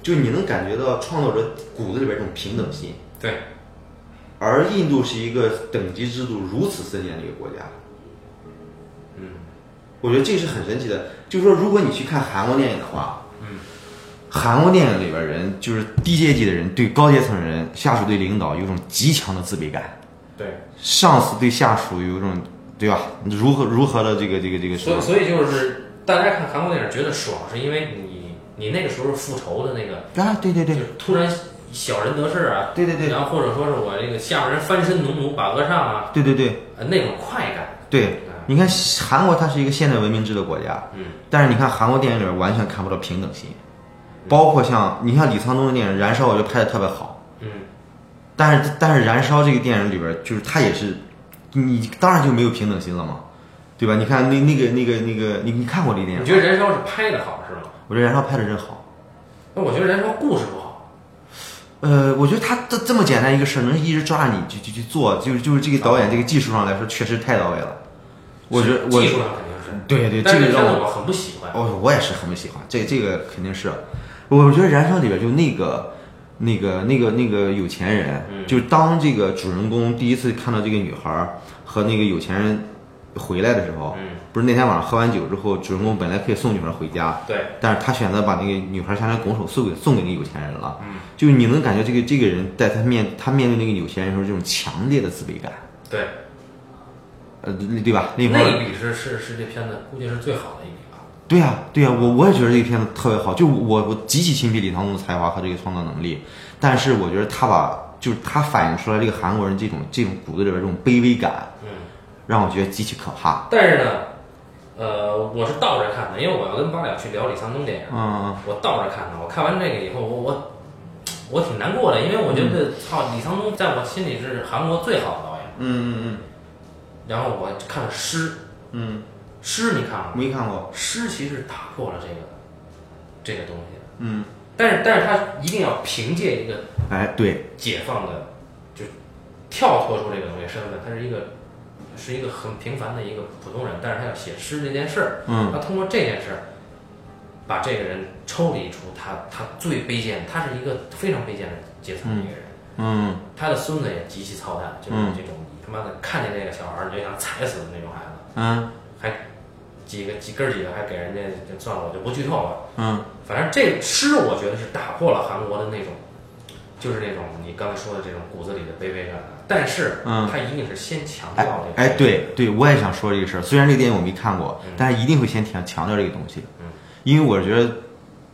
B: 就你能感觉到创作者骨子里边这种平等心，
A: 对，
B: 而印度是一个等级制度如此森严的一个国家，
A: 嗯
B: 我觉得这是很神奇的。就是说，如果你去看韩国电影的话，
A: 嗯，
B: 韩国电影里边人就是低阶级的人对高阶层人、下属对领导有一种极强的自卑感，
A: 对，
B: 上司对下属有一种对吧？如何如何的这个这个这个什
A: 所以
B: 么？
A: 所以就是大家看韩国电影觉得爽，是因为你你那个时候复仇的那个。
B: 啊，对对对
A: 就，是突然小人得势啊，
B: 对对对
A: 然后或者说是我这个下面人翻身农奴把扼杀啊，
B: 对对对
A: 呃那种快感，
B: 对，你看韩国它是一个现代文明制的国家，
A: 嗯
B: 但是你看韩国电影里边完全看不到平等心，包括像你像李沧东的电影《燃烧》，我觉得拍的特别好，
A: 嗯
B: 但是但是《燃烧》这个电影里边，就是它也是，你当然就没有平等心了嘛，对吧？你看那那个那个那个，你你看过这个
A: 你
B: 电影？
A: 觉得燃烧是拍的好是吗？
B: 我觉得《燃烧》拍的真好。
A: 那我觉得燃烧故事不好，
B: 呃，我觉得他这这么简单一个事儿，能一直抓着你去去去做，就是就是这个导演这个技术上来说，确实太到位了。我觉得我
A: 技术上肯定是，
B: 对对，
A: 但
B: 这
A: 是
B: 个
A: 真
B: 让
A: 的
B: 我哦
A: 我很不喜欢，
B: 我我也是很不喜欢，这这个肯定是。啊我觉得《燃烧》里边就那个那个那个那个有钱人，
A: 嗯
B: 就当这个主人公第一次看到这个女孩儿和那个有钱人回来的时候，
A: 嗯
B: 不是那天晚上喝完酒之后，主人公本来可以送女孩回家，
A: 对，
B: 但是他选择把那个女孩相当于拱手送给送给那个有钱人了。
A: 嗯，
B: 就是你能感觉这个这个人在他面他面对那个有钱人的时候，这种强烈的自卑感，
A: 对，
B: 呃，对吧？另一方
A: 那
B: 面
A: 一笔是是是这片子估计是最好的一笔吧，
B: 对呀、对呀、啊我我也觉得这个片子特别好，就我我极其钦佩李沧东的才华和这个创作能力，但是我觉得他把就是他反映出来这个韩国人这种这种骨子里边这种卑微感，
A: 嗯，
B: 让我觉得极其可怕。
A: 但是呢，呃，我是倒着看的，因为我要跟八两去聊李沧东电影，
B: 嗯
A: 我倒着看的，我看完这个以后，我我我挺难过的，因为我觉得操、李沧东在我心里是韩国最好的导演。
B: 嗯嗯嗯
A: 然后我看了《诗》，
B: 嗯
A: 诗你看了吗？
B: 嗯，没看过。
A: 诗其实打破了这个这个东西的，
B: 嗯，
A: 但是但是他一定要凭借一个
B: 哎，对，
A: 解放的，就跳脱出这个东西身份，他是一个是一个很平凡的一个普通人，但是他要写诗这件事儿，
B: 嗯
A: 他通过这件事儿，把这个人抽离出他他最卑贱，他是一个非常卑贱的阶层的一个人。
B: 嗯
A: 他的孙子也极其操蛋，就是
B: 嗯
A: 这种你他妈的看见这个小孩儿你就想踩死的那种孩子，
B: 嗯
A: 还几个几哥儿几个还给人家就算了，我就不剧透了。
B: 嗯
A: 反正这诗我觉得是打破了韩国的那种，就是那种你刚才说的这种骨子里的卑微感，啊但是
B: 嗯
A: 他一定是先强
B: 哎
A: 调这个，
B: 哎，，对对，我也想说这个事儿。虽然这个电影我没看过
A: 嗯，
B: 但是一定会先强强调这个东西
A: 嗯，
B: 因为我觉得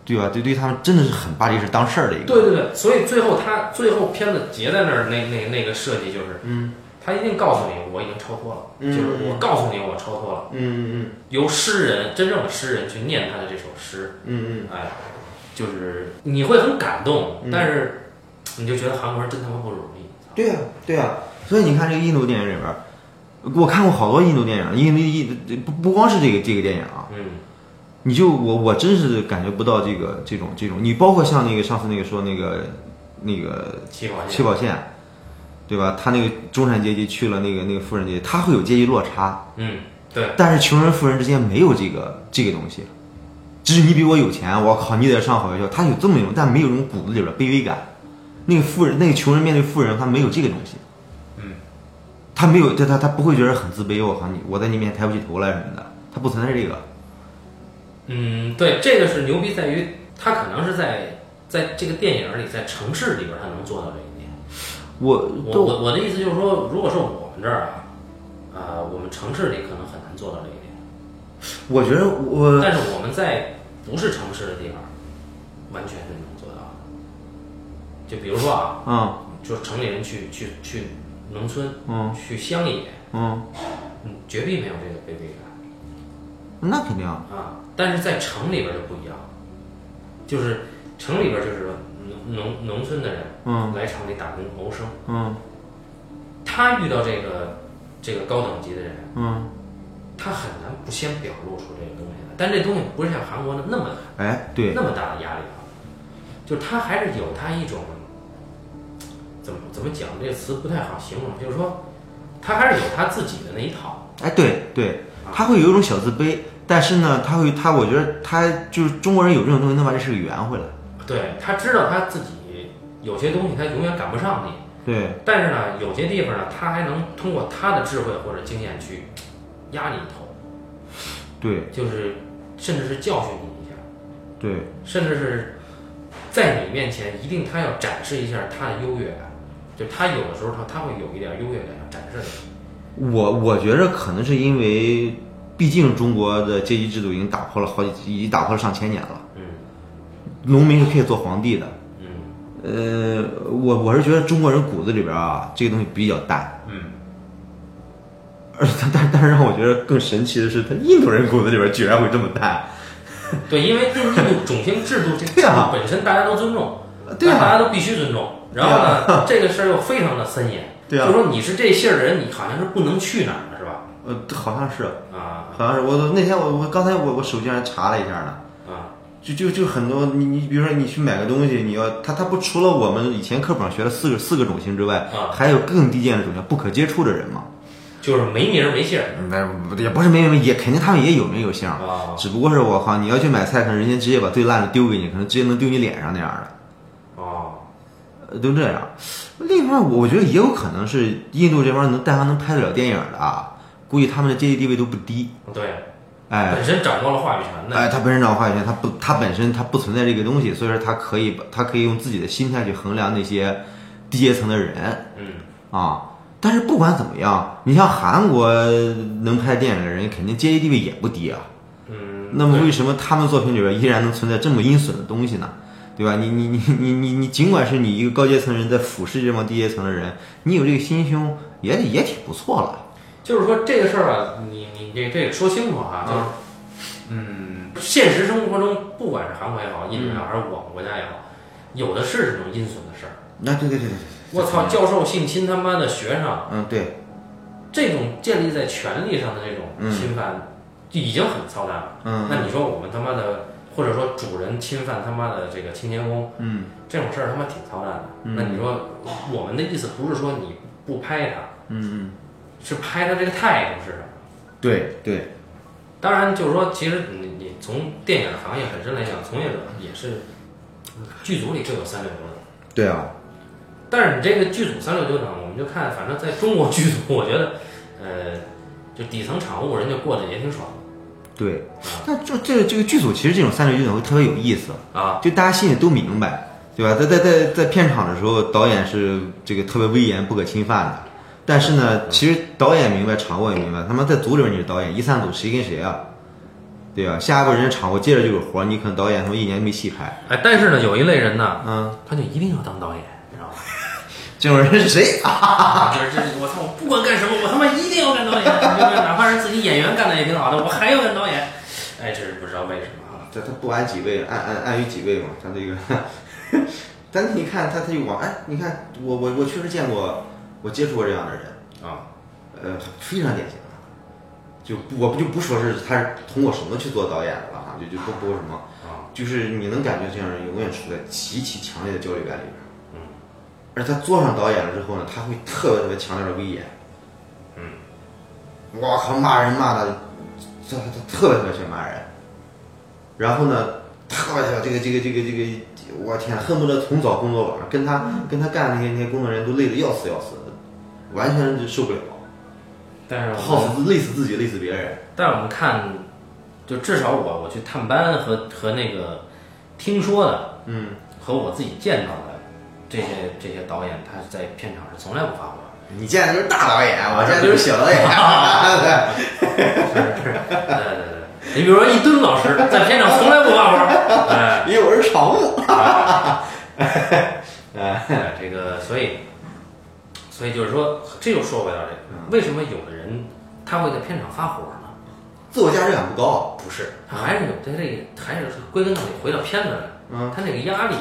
B: 对吧？对，对他们真的是很把这事当事儿的一个。
A: 对对对，所以最后他最后片子结在那儿，那那那个设计就是，
B: 嗯
A: 他一定告诉你我已经超脱了，
B: 嗯
A: 就是我告诉你我超脱了，
B: 嗯
A: 由诗人真正的诗人去念他的这首诗，
B: 嗯嗯
A: 哎，就是你会很感动，
B: 嗯
A: 但是你就觉得韩国人真他妈不容易，
B: 对呀、啊对呀、所以你看这个印度电影里边儿，我看过好多印度电影，印度印不不光是这个这个电影啊，
A: 嗯
B: 你就我我真是感觉不到这个这种这种，你包括像那个上次那个说那个那个
A: 起跑
B: 七
A: 线，
B: 宝线，对吧？他那个中产阶级去了那个那个富人阶级，他会有阶级落差，
A: 嗯，对，
B: 但是穷人富人之间没有这个这个东西，只是你比我有钱，我靠，你得上好学校，他有这么一种，但没有那种骨子里边的卑微感。那个富人，那个穷人面对富人，他没有这个东西，
A: 嗯，
B: 他没有，他他他不会觉得很自卑，我靠你，我在你面前抬不起头来什么的，他不存在这个，
A: 嗯，对，这个是牛逼在于他可能是在在这个电影里，在城市里边他能做到这一点。
B: 我
A: 我
B: 都
A: 我我的意思就是说，如果是我们这儿啊，呃，我们城市里可能很难做到这一点，
B: 我觉得我
A: 但是我们在不是城市的地方，完全是能做到的。就比如说啊，
B: 嗯
A: 就是城里人去去去农村，
B: 嗯
A: 去乡野，
B: 嗯，
A: 嗯，绝壁没有这个卑微感
B: 那肯定啊，
A: 啊。但是在城里边就不一样了，就是城里边就是农农农村的人
B: 嗯
A: 来城里打工谋生，
B: 嗯
A: 他遇到这个这个高等级的人。
B: 嗯。
A: 他很难不先表露出这个东西来，但这东西不是像韩国的那么
B: 哎，对，
A: 那么大的压力啊，就是他还是有他一种怎么怎么讲这个词不太好形容，就是说他还是有他自己的那一套，
B: 哎，对对，他会有一种小自卑，但是呢，他会他，我觉得他就是中国人有这种东西，能把这事给圆回来。
A: 对他知道他自己有些东西他永远赶不上你，
B: 对，
A: 但是呢，有些地方呢，他还能通过他的智慧或者经验去压你一头，
B: 对，
A: 就是甚至是教训你一下，
B: 对，
A: 甚至是在你面前，一定他要展示一下他的优越感，就他有的时候他他会有一点优越感要展示你。
B: 我我觉着可能是因为，毕竟中国的阶级制度已经打破了好几，已经打破了上千年了，
A: 嗯
B: 农民是可以做皇帝的。
A: 嗯
B: 呃，我我是觉得中国人骨子里边啊，这个东西比较淡。
A: 嗯，
B: 而 但但但是让我觉得更神奇的是，他印度人骨子里边居然会这么淡。
A: 对，因为印度种姓制度这个制
B: 对啊
A: 度本身大家都尊重，
B: 对
A: 大
B: 啊，
A: 家都必须尊重。然后呢，这个事儿又非常的森严，
B: 对啊
A: 就说你是这姓儿的人，你好像是不能去哪儿的是吧？
B: 呃，好像是。
A: 啊
B: 好像是我我那天我我刚才我我手机上查了一下呢，
A: 啊，
B: 就就就很多你你比如说你去买个东西，你要它它不除了我们以前课本上学的四个四个种姓之外，
A: 啊
B: 还有更低贱的种姓，不可接触的人嘛。
A: 就是没名儿没姓儿
B: 那也不是没没也肯定他们也有名有姓，
A: 啊
B: 只不过是我靠你要去买菜，可能人家直接把最烂的丢给你，可能直接能丢你脸上那样的，
A: 哦，
B: 呃都这样。另外，我觉得也有可能是印度这边能但凡能拍得了电影的啊，估计他们的阶级地位都不低，
A: 对，
B: 哎，
A: 本身掌握了话语权的，
B: 哎，他本身掌握话语权，他不，他本身他不存在这个东西，所以说他可以把，他可以用自己的心态去衡量那些低阶层的人
A: 嗯
B: 啊。但是不管怎么样，你像韩国能拍电影的人，肯定阶级地位也不低啊。
A: 嗯，
B: 那么
A: 对
B: 为什么他们作品里边依然能存在这么阴损的东西呢？对吧？你你你你你你，尽管是你一个高阶层人在俯视这帮低阶层的人，你有这个心胸也也挺不错了。
A: 就是说这个事儿吧，你你这这个说清楚啊，就是，嗯，现实生活中，不管是韩国也好，印度也好，还是我们国家也好，有的是这种阴损的事儿。
B: 那对对对对，
A: 我操，教授性侵他妈的学生，
B: 嗯对，
A: 这种建立在权力上的这种侵犯，就已经很操蛋了。
B: 嗯
A: 那你说我们他妈的，或者说主人侵犯他妈的这个清洁工
B: 嗯
A: 这种事儿，他妈挺操蛋的。
B: 嗯
A: 那你说我们的意思不是说你不拍他，
B: 嗯
A: 是拍他这个态度是什么？
B: 嗯，对对。
A: 当然，就是说，其实你你从电影行业本身来讲，从业者也是剧组里就有三六九等，
B: 对啊，
A: 但是你这个剧组三六九等，我们就看，反正在中国剧组，我觉得，呃，就底层场务人家过得也挺爽
B: 对，但就这这个剧组其实这种三六九等会特别有意思，
A: 的啊，
B: 就大家心里都明白，对吧？在在在在片场的时候，导演是这个特别威严、不可侵犯的。但是呢，其实导演明白，场务也明白，他妈在组里面你是导演，一三组谁跟谁啊？对啊，下一个人家场我接着就有活，你可能导演他们一年没戏拍，
A: 哎，但是呢，有一类人呢，
B: 嗯，
A: 他就一定要当导演，你知道吧？
B: 这种人是谁啊？
A: 啊，就是就是，我操，我不管干什么，我他妈一定要干导 演，就是哪怕是自己演员干的也挺好的，我还要干导演。哎，这是不知道为什么啊。
B: 这他不按几位，按按按于几位嘛，他这个， 但你看他他就往，哎，你看我我我确实见过，我接触过这样的人，
A: 啊，
B: 呃，非常典型的，就不我不就不说是他是通过什么去做导演了哈，就就不不什么，
A: 啊
B: 就是你能感觉这样人永远处在极其强烈的焦虑感里边，
A: 嗯，
B: 而他做上导演了之后呢，他会特别特别强烈的威严，
A: 嗯，
B: 我靠，骂人骂的，这他他特别特别喜欢骂人，然后呢，特别特别这个这个这个这个，我天，恨不得从早工作到晚，跟他跟他干的那些那些工作人员都累得要死要死的，完全就受不了。
A: 但是我
B: 耗
A: 们，
B: 死累死自己，累死别人。
A: 但是我们看，就至少我我去探班和和那个听说的
B: 嗯
A: 和我自己见到的这些这些导演，他在片场是从来不发火 的。
B: 你见的就是大导演，我见的就是小 导演。对
A: 对对对，你比如说一吨老师在片场从来不发火， 哎，
B: 因为我是常务。
A: 哎这个所以，所以就是说，这又说回到这个，为什么有的人他会在片场发火呢？
B: 自我价值感不高。
A: 不是，他还是有他这个，还是归根到底回到片子来，
B: 嗯，
A: 他那个压力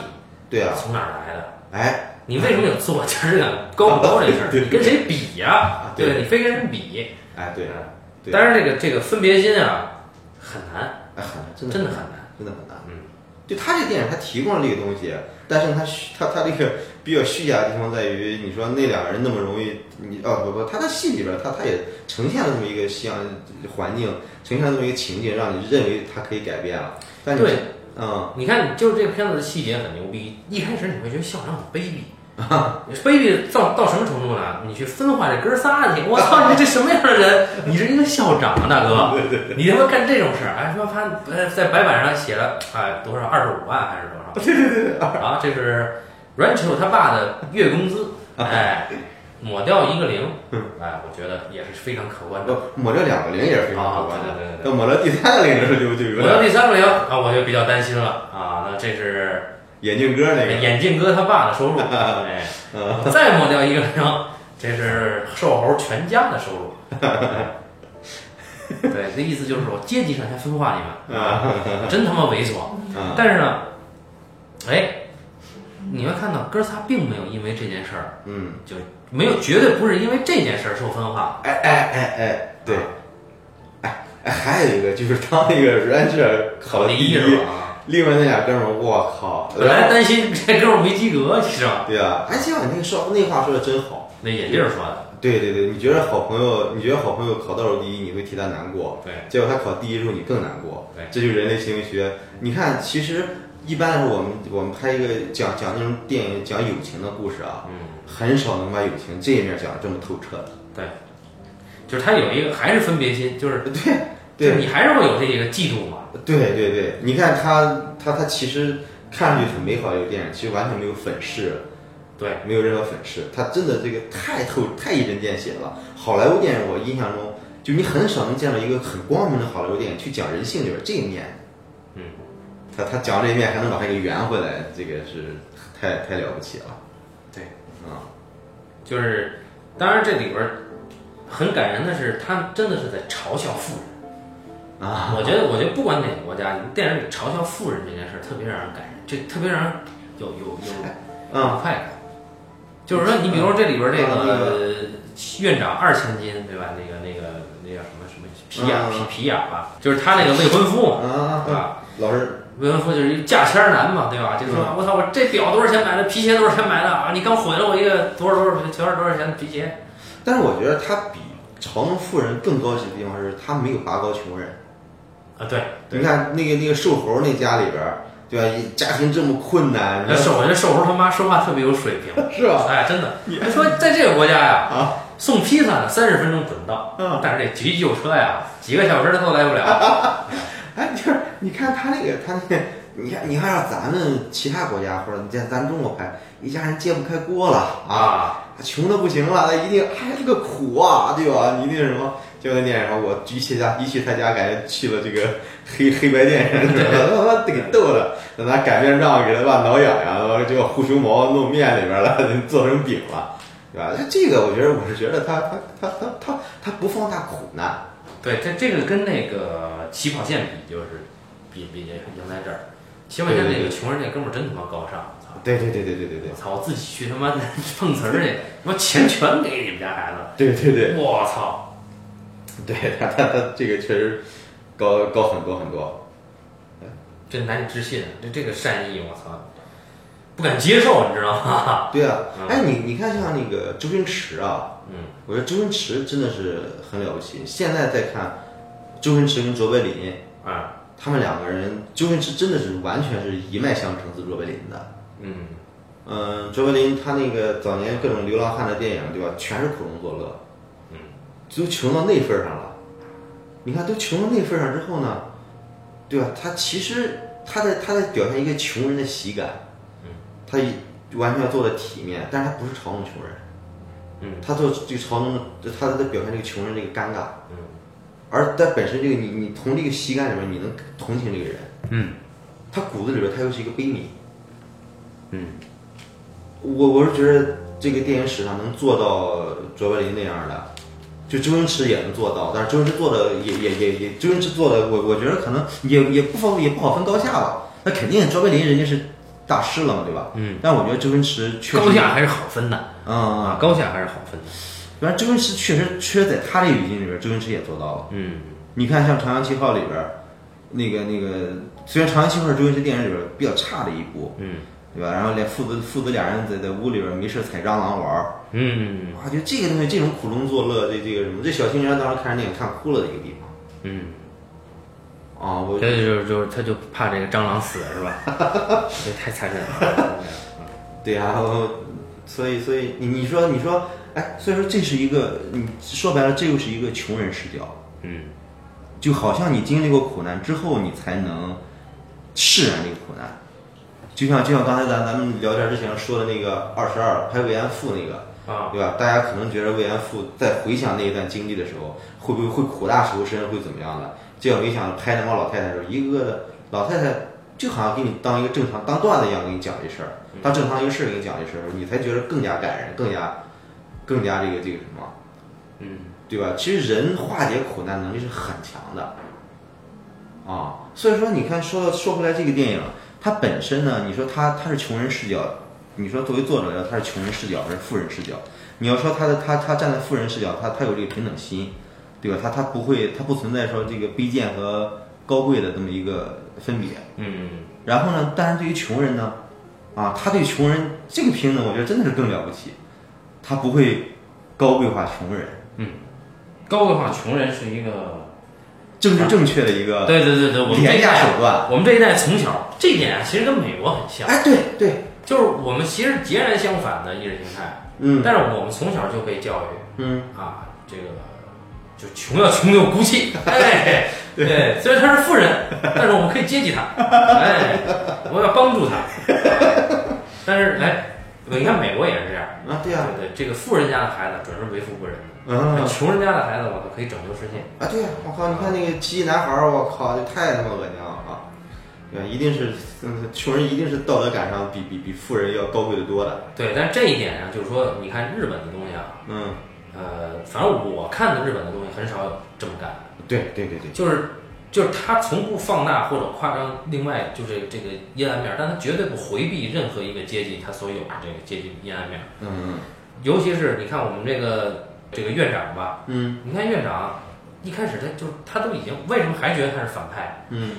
B: 对啊，
A: 从哪儿来的？
B: 哎，
A: 你为什么有自我价值 感高不高这事儿？
B: 对啊
A: 你跟谁比呀、
B: 对
A: 对吧，你非跟人比。啊
B: 哎，对，对
A: 但是这个这个分别心啊，很难，
B: 哎，很难，真的
A: 真的很难。
B: 真的很难。
A: 嗯，
B: 就他这电影，他提供了这个东西，但是他虚他他这个比较虚假的地方在于，你说那两个人那么容易，你哦不不，他在戏里边，他他也呈现了这么一个像环境，呈现了这么一个情境，让你认为他可以改变了。但你
A: 对，
B: 嗯，
A: 你看，就是这个片子的细节很牛逼。一开始你会觉得校长很卑鄙，卑鄙到到什么程度呢？你去分化这哥仨去，我操，你这什么样的人？你是一个校长啊，大哥，你他妈干这种事儿！哎，说他呃在白板上写了哎多少二十五万还是多少？对对对，啊，这是 Rancho 他爸的月工资，哎，抹掉一个零，哎，我觉得也是非常可观的。
B: 不抹掉两个零也是非常可观
A: 啊对对
B: 的
A: 对，对
B: 但抹掉第三个零的时候就就有
A: 抹掉
B: 点
A: 第三个零啊，我就比较担心了啊，那这是。
B: 眼镜哥那个，
A: 眼镜哥他爸的收 入，哎，再抹掉一个零，这是瘦猴全家的收 入。对，这意思就是说阶级上还分化你们，啊，真他妈猥琐。
B: 嗯
A: 但是呢，哎，你会看到哥仨并没有因为这件事儿，
B: 嗯，
A: 就没有绝对不是因为这件事儿受分化。
B: 哎哎哎哎，对，哎哎，还有一个就是当那个 Ranger 考
A: 第
B: 第
A: 一啊
B: 一，
A: 是吧？
B: 另外那俩哥们儿，我靠，
A: 本来担心这哥们儿没及格，其实吧
B: 对啊，哎，这样那个说那话说的真好，
A: 那眼镜儿说的，
B: 对对对，你觉得好朋友，你觉得好朋友考倒数第一，你会替他难过，
A: 哦对
B: 结果他考第一的时候你更难过，
A: 对
B: 这就是人类行为学。你看，其实一般来说，我们我们拍一个讲讲那种电影讲友情的故事啊，
A: 嗯，
B: 很少能把友情这一面讲得这么透彻的。
A: 对，就是他有一个还是分别心，就是
B: 对
A: 就是
B: 对
A: 你还是会有这个嫉妒嘛。
B: 对对对，你看他他他其实看上去很美好的一个电影，其实完全没有粉饰，
A: 对，
B: 没有任何粉饰，他真的这个太透太一针见血了。好莱坞电影我印象中，就你很少能见到一个很光明的好莱坞电影去讲人性里边这一面，
A: 嗯，
B: 他他讲这一面还能把它给圆回来，这个是太太了不起了。
A: 对，
B: 啊、
A: 就是，当然这里边儿很感人的是，他真的是在嘲笑富人。
B: 啊，
A: 我觉得，我觉得不管哪个国家，你电影里嘲笑富人这件事儿特别让人感人，这特别让人有有有
B: 嗯，
A: 快感。就是说，你比如说这里边儿这
B: 啊那个
A: 个院长二千金，对吧？那个那个那叫什么什么皮雅
B: 嗯
A: 皮皮雅吧，就是他那个未婚夫嘛，
B: 啊
A: 对吧？
B: 老师，
A: 未婚夫就是一价签儿男嘛，对吧？就
B: 嗯
A: 说我操，我这表多少钱买的，皮鞋多少钱买的啊？你刚毁了我一个多少多少多少多少钱的皮鞋？
B: 但是我觉得他比嘲弄富人更高级的地方是，他没有拔高穷人。
A: 啊，对，
B: 你看那个那个瘦猴那家里边儿，对吧？一家庭这么困难，
A: 那
B: 你说
A: 瘦，我觉得瘦猴他妈说话特别有水平，
B: 哎 是吧？
A: 哎，真的。他说在这个国家呀，
B: 啊
A: 送披萨三十分钟准到
B: 嗯，
A: 但是这急救车呀，几个小时他都来不 了。
B: 哎，就是你看他那个，他那个，你看，你看，让咱们其他国家或者你在咱中国拍，一家人揭不开锅了啊，
A: 啊，
B: 穷的不行了，那一定哎这个苦啊，对吧？你那什么，结果那电影，我一去他一去他家，感觉去了这个黑黑白电影，他妈给逗的，让他擀面杖给他爸挠痒痒，完了结果护熊毛弄面里边了，做成饼了，对吧？这个我觉得我是觉得他他他他他他不放大苦难，
A: 对，这这个跟那个起跑线比，就是比比赢在这儿。起跑
B: 对
A: 线
B: 对
A: 那个
B: 对
A: 穷人那哥们儿真他妈高尚，我操！
B: 对对对对对对对
A: 我操，我自己去他妈 的碰瓷儿去，他妈钱全给你们家孩子，
B: 对对对
A: 我操！
B: 对，他他他这个确实高高很多很多，
A: 这难以置信，啊这这个善意，我操，不敢接受，你知道吗？
B: 对啊，哎你你看像那个周星驰啊，
A: 嗯，
B: 我觉得周星驰真的是很了不起。现在再看周星驰跟卓别林，
A: 啊，
B: 他们两个人，周星驰真的是完全是一脉相承自卓别林的。
A: 嗯，
B: 嗯，卓别林他那个早年各种流浪汉的电影，对吧？全是苦中作乐，
A: 嗯，
B: 都穷到那份儿上了。你看，都穷到那份儿上之后呢，对吧？他其实他在他在表现一个穷人的喜感，
A: 嗯，
B: 他一完全做的体面，但是他不是嘲弄穷人，
A: 嗯，
B: 他做这个嘲弄，他在表现这个穷人这个尴尬，
A: 嗯，
B: 而在本身这个你你从这个喜感里面，你能同情这个人，
A: 嗯，
B: 他骨子里边他又是一个悲悯，
A: 嗯，
B: 我我是觉得这个电影史上能做到卓别林那样的，就周星驰也能做到，但是周星驰做的也也也也周星驰做的，我我觉得可能也也不分也不好分高下吧。那肯定卓别林人家是大师了嘛，对吧？
A: 嗯。
B: 但我觉得周星驰 确实
A: 高下还是好分的
B: 嗯，
A: 啊
B: 嗯，
A: 高下还是好分的。
B: 反正周星驰确实确实在他这语境里边，周星驰也做到了。
A: 嗯，
B: 你看像《长江七号》里边儿，那个那个，虽然《长江七号》是周星驰电影里边儿比较差的一部，
A: 嗯
B: 对吧？然后连父子父子俩人在在屋里边儿没事儿踩蟑螂玩儿，
A: 嗯
B: 哇，啊就这个东西，这种苦中作乐，这这个什么，这小青年当时看着电影看哭了的一个地方
A: 嗯，
B: 啊！我
A: 这就是就是他就怕这个蟑螂死是吧？ 这太残忍了。
B: 对呀、我所以所以你你说你说，哎，所以说这是一个，你说白了，这又是一个穷人视角，
A: 嗯
B: 就好像你经历过苦难之后，你才能释然这个苦难。就像就像刚才咱咱们聊天之前说的那个二十二拍慰安妇那个，
A: 啊，
B: 对吧？大家可能觉得慰安妇在回想那一段经历的时候，会不会会苦大仇深，会怎么样的？结果没想到拍那帮老太太的时候，一个个的老太太就好像给你当一个正常当段子一样给你讲这事儿，
A: 嗯
B: 当正常一个事儿给你讲这事儿，你才觉得更加感人，更加更加这个这个什么。
A: 嗯
B: 对吧？其实人化解苦难能力是很强的，啊，所以说你看，说到说回来这个电影，它本身呢，你说它它是穷人视角，你说作为作者来说它是穷人视角还是富人视角？你要说他的他他站在富人视角，他他有这个平等心，对吧？他他不会，他不存在说这个卑贱和高贵的这么一个分别。
A: 嗯
B: 然后呢，但是对于穷人呢，啊，他对穷人这个平等，我觉得真的是更了不起，他不会高贵化穷人。
A: 嗯，高贵化穷人是一个，
B: 政治正确的一个
A: 对对对对，我们这
B: 呃廉
A: 一
B: 价
A: 代，
B: 手段。
A: 我们这一代从小这一点啊其实跟美国很像，
B: 哎，对对，
A: 就是我们其实截然相反的意识形态，
B: 嗯
A: 但是我们从小就被教育。
B: 嗯，
A: 啊，这个就穷要穷有骨 气，哎，对，虽然他是富人，但是我们可以接济他，哎，我要帮助他，但是哎，你看美国也是这样，
B: 啊对啊，
A: 对对，这个富人家的孩子准是为富不仁，
B: 嗯
A: 穷人家的孩子我操可以拯救世界，
B: 啊对啊，我靠，你看那个奇迹男孩儿，我靠，这太他妈恶心了啊！对吧，一定是嗯穷人，一定是道德感上比比比富人要高贵的多的。
A: 对，但这一点上就是说，你看日本的东西啊，
B: 嗯，
A: 呃，反正我看的日本的东西很少有这么干的。
B: 对对对对，
A: 就是就是他从不放大或者夸张另外就是这个阴暗面儿，但他绝对不回避任何一个阶级他所有的这个阶级阴暗面儿。
B: 嗯
A: 尤其是你看我们这个这个院长吧，
B: 嗯
A: 你看院长一开始他就是他都已经为什么还觉得他是反派？
B: 嗯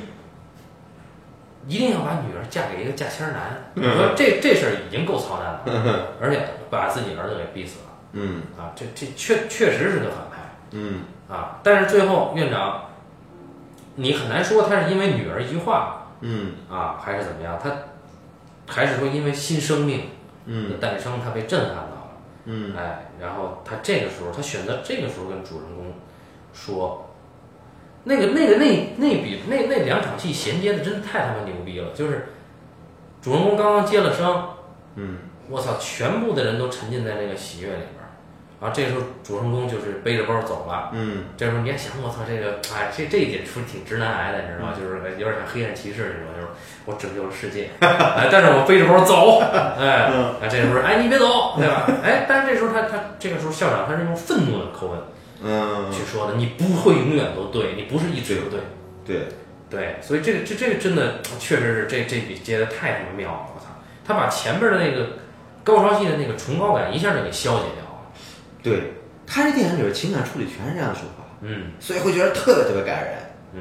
A: 一定要把女儿嫁给一个嫁仙儿男，
B: 嗯
A: 你说这这事儿已经够操蛋了，
B: 嗯
A: 而且把自己儿子给逼死了
B: 嗯
A: 啊！这这确确实是个反派。
B: 嗯
A: 啊，但是最后院长，你很难说他是因为女儿一句话
B: 嗯
A: 啊，还是怎么样，他还是说因为新生命的
B: 嗯
A: 诞生，他被震撼到了，
B: 嗯
A: 哎，然后他这个时候，他选择这个时候跟主人公说，那个那个那那笔那那两场戏衔接的真的太他妈牛逼了，就是主人公刚刚接了生，
B: 嗯，
A: 我操，全部的人都沉浸在那个喜悦里边儿，然后这时候主人公就是背着包走了。
B: 嗯
A: 这时候你还想，我操，这个哎，这这一点出挺直男癌的，你知道吗？
B: 嗯
A: 就是哎有点像黑暗骑士那种，就是我拯救了世界， 哎但是我背着包走，哎，啊，这时候哎你别走，对吧？哎，但是这时候他他这个时候校长他是用愤怒的口吻
B: 嗯，
A: 去说的，你不会永远都对，你不是一直都对，
B: 对，
A: 对，所以这个这这个真的确实是这这笔接的太他妈妙了，我操！他把前边的那个高潮戏的那个崇高感一下就给消解掉了。
B: 对，他这电影里边情感处理全是这样手法，
A: 嗯
B: 所以会觉得特别特别感人，
A: 嗯，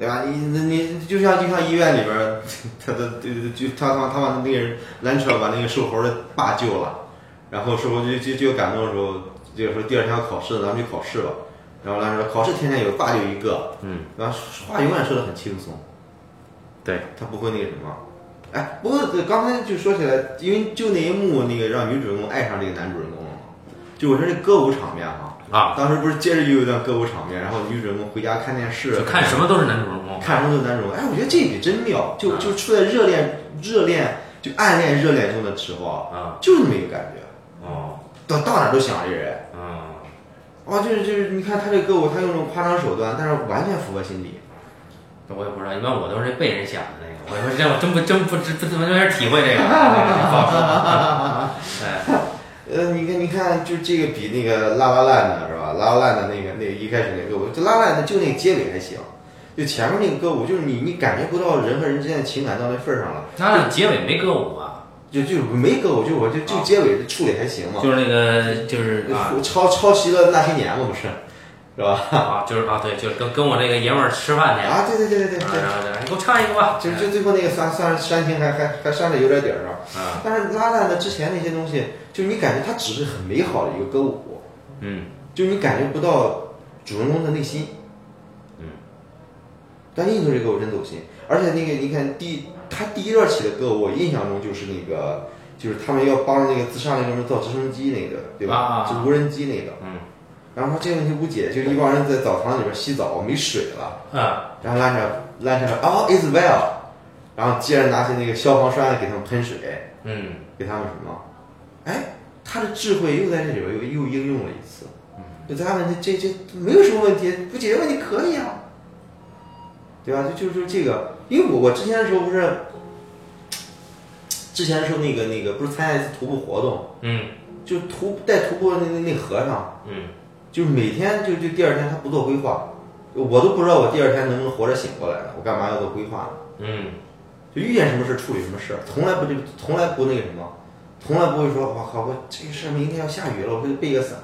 B: 对吧？你你你就像就像医院里边儿，他他就就他他他把那个人拦车把那个瘦猴的爸救了，然后瘦猴就就就感动的时候，就说第二天要考试，咱们去考试吧。然后拦车说考试天天有，爸就一个，
A: 嗯，
B: 然后话永远说的很轻松，
A: 对，
B: 他不会那个什么。哎，不过呃刚才就说起来，因为就那一幕那个让女主人公爱上这个男主人公了嘛，就我说这歌舞场面哈、
A: 啊，
B: 当时不是接着又有一段歌舞场面，然后女主人公回家看电视，
A: 就看什么都是男主人公。
B: 看中的男主人公，哎，我觉得这一笔真妙，就
A: 嗯
B: 就处在热恋、热恋就暗恋、热恋中的时候啊，
A: 啊
B: 就是那么一个感觉，
A: 哦
B: 到到哪儿都想这人，
A: 嗯
B: 哇，就是就是，你看他这歌舞，他用这种夸张手段，但是完全符合心理，
A: 我也不知道，一般我都是那被人想的那个，我说这我真不真不真不怎么有点体会这个，这个 不好说。哎，
B: 呃，你看你看，就是这个比那个拉拉烂的是吧？拉拉烂的那个那个一开始那个歌舞，就拉拉烂的就那个结尾还行，就前面那个歌舞，就是你你感觉不到人和人之间的情感到那份儿上了，
A: 那结尾没歌舞啊？
B: 就就没歌舞，就我就就结尾的处理还行嘛。
A: 就是那个啊 就是啊
B: 抄抄袭了那些年嘛，不是，是吧？
A: 啊就是啊对，就是跟跟我这个爷们儿吃饭去，啊
B: 啊，对对对对对对，
A: 然后就哎你给我唱一个吧，
B: 就就最后那个算算煽情还还还煽的有点底儿上，
A: 啊
B: 但是拉烂的之前那些东西，就你感觉它只是很美好的一个歌舞，
A: 嗯。
B: 就你感觉不到主人公的内心。
A: 嗯。
B: 但印度这歌舞真走心，而且那个你看第他第一段起的歌舞，我印象中就是那个就是他们要帮那个自杀那个人造直升机那个，对吧？
A: 啊
B: 就无人机那个。
A: 嗯
B: 然后这个问题无解，就一帮人在澡堂里边洗澡，没水了，
A: 啊
B: 然后拉着拉着说哦，is well，然后接着拿起那个消防栓给他们喷水，
A: 嗯
B: 给他们什么？哎，他的智慧又在这里边又又应用了一次，就在他们这这这没有什么问题，不解决问题可以啊，对吧？就就就这个，因为我我之前的时候不是，之前的时候那个那个不是参加一次徒步活动，
A: 嗯
B: 就徒带徒步的那那那和尚。
A: 嗯
B: 就是每天就就第二天他不做规划，我都不知道我第二天能不能活着醒过来呢，我干嘛要做规划呢？
A: 嗯
B: 就遇见什么事处理什么事，从来不就从来不那个什么，从来不会说我靠，我这个事儿明天要下雨了，我会备个伞。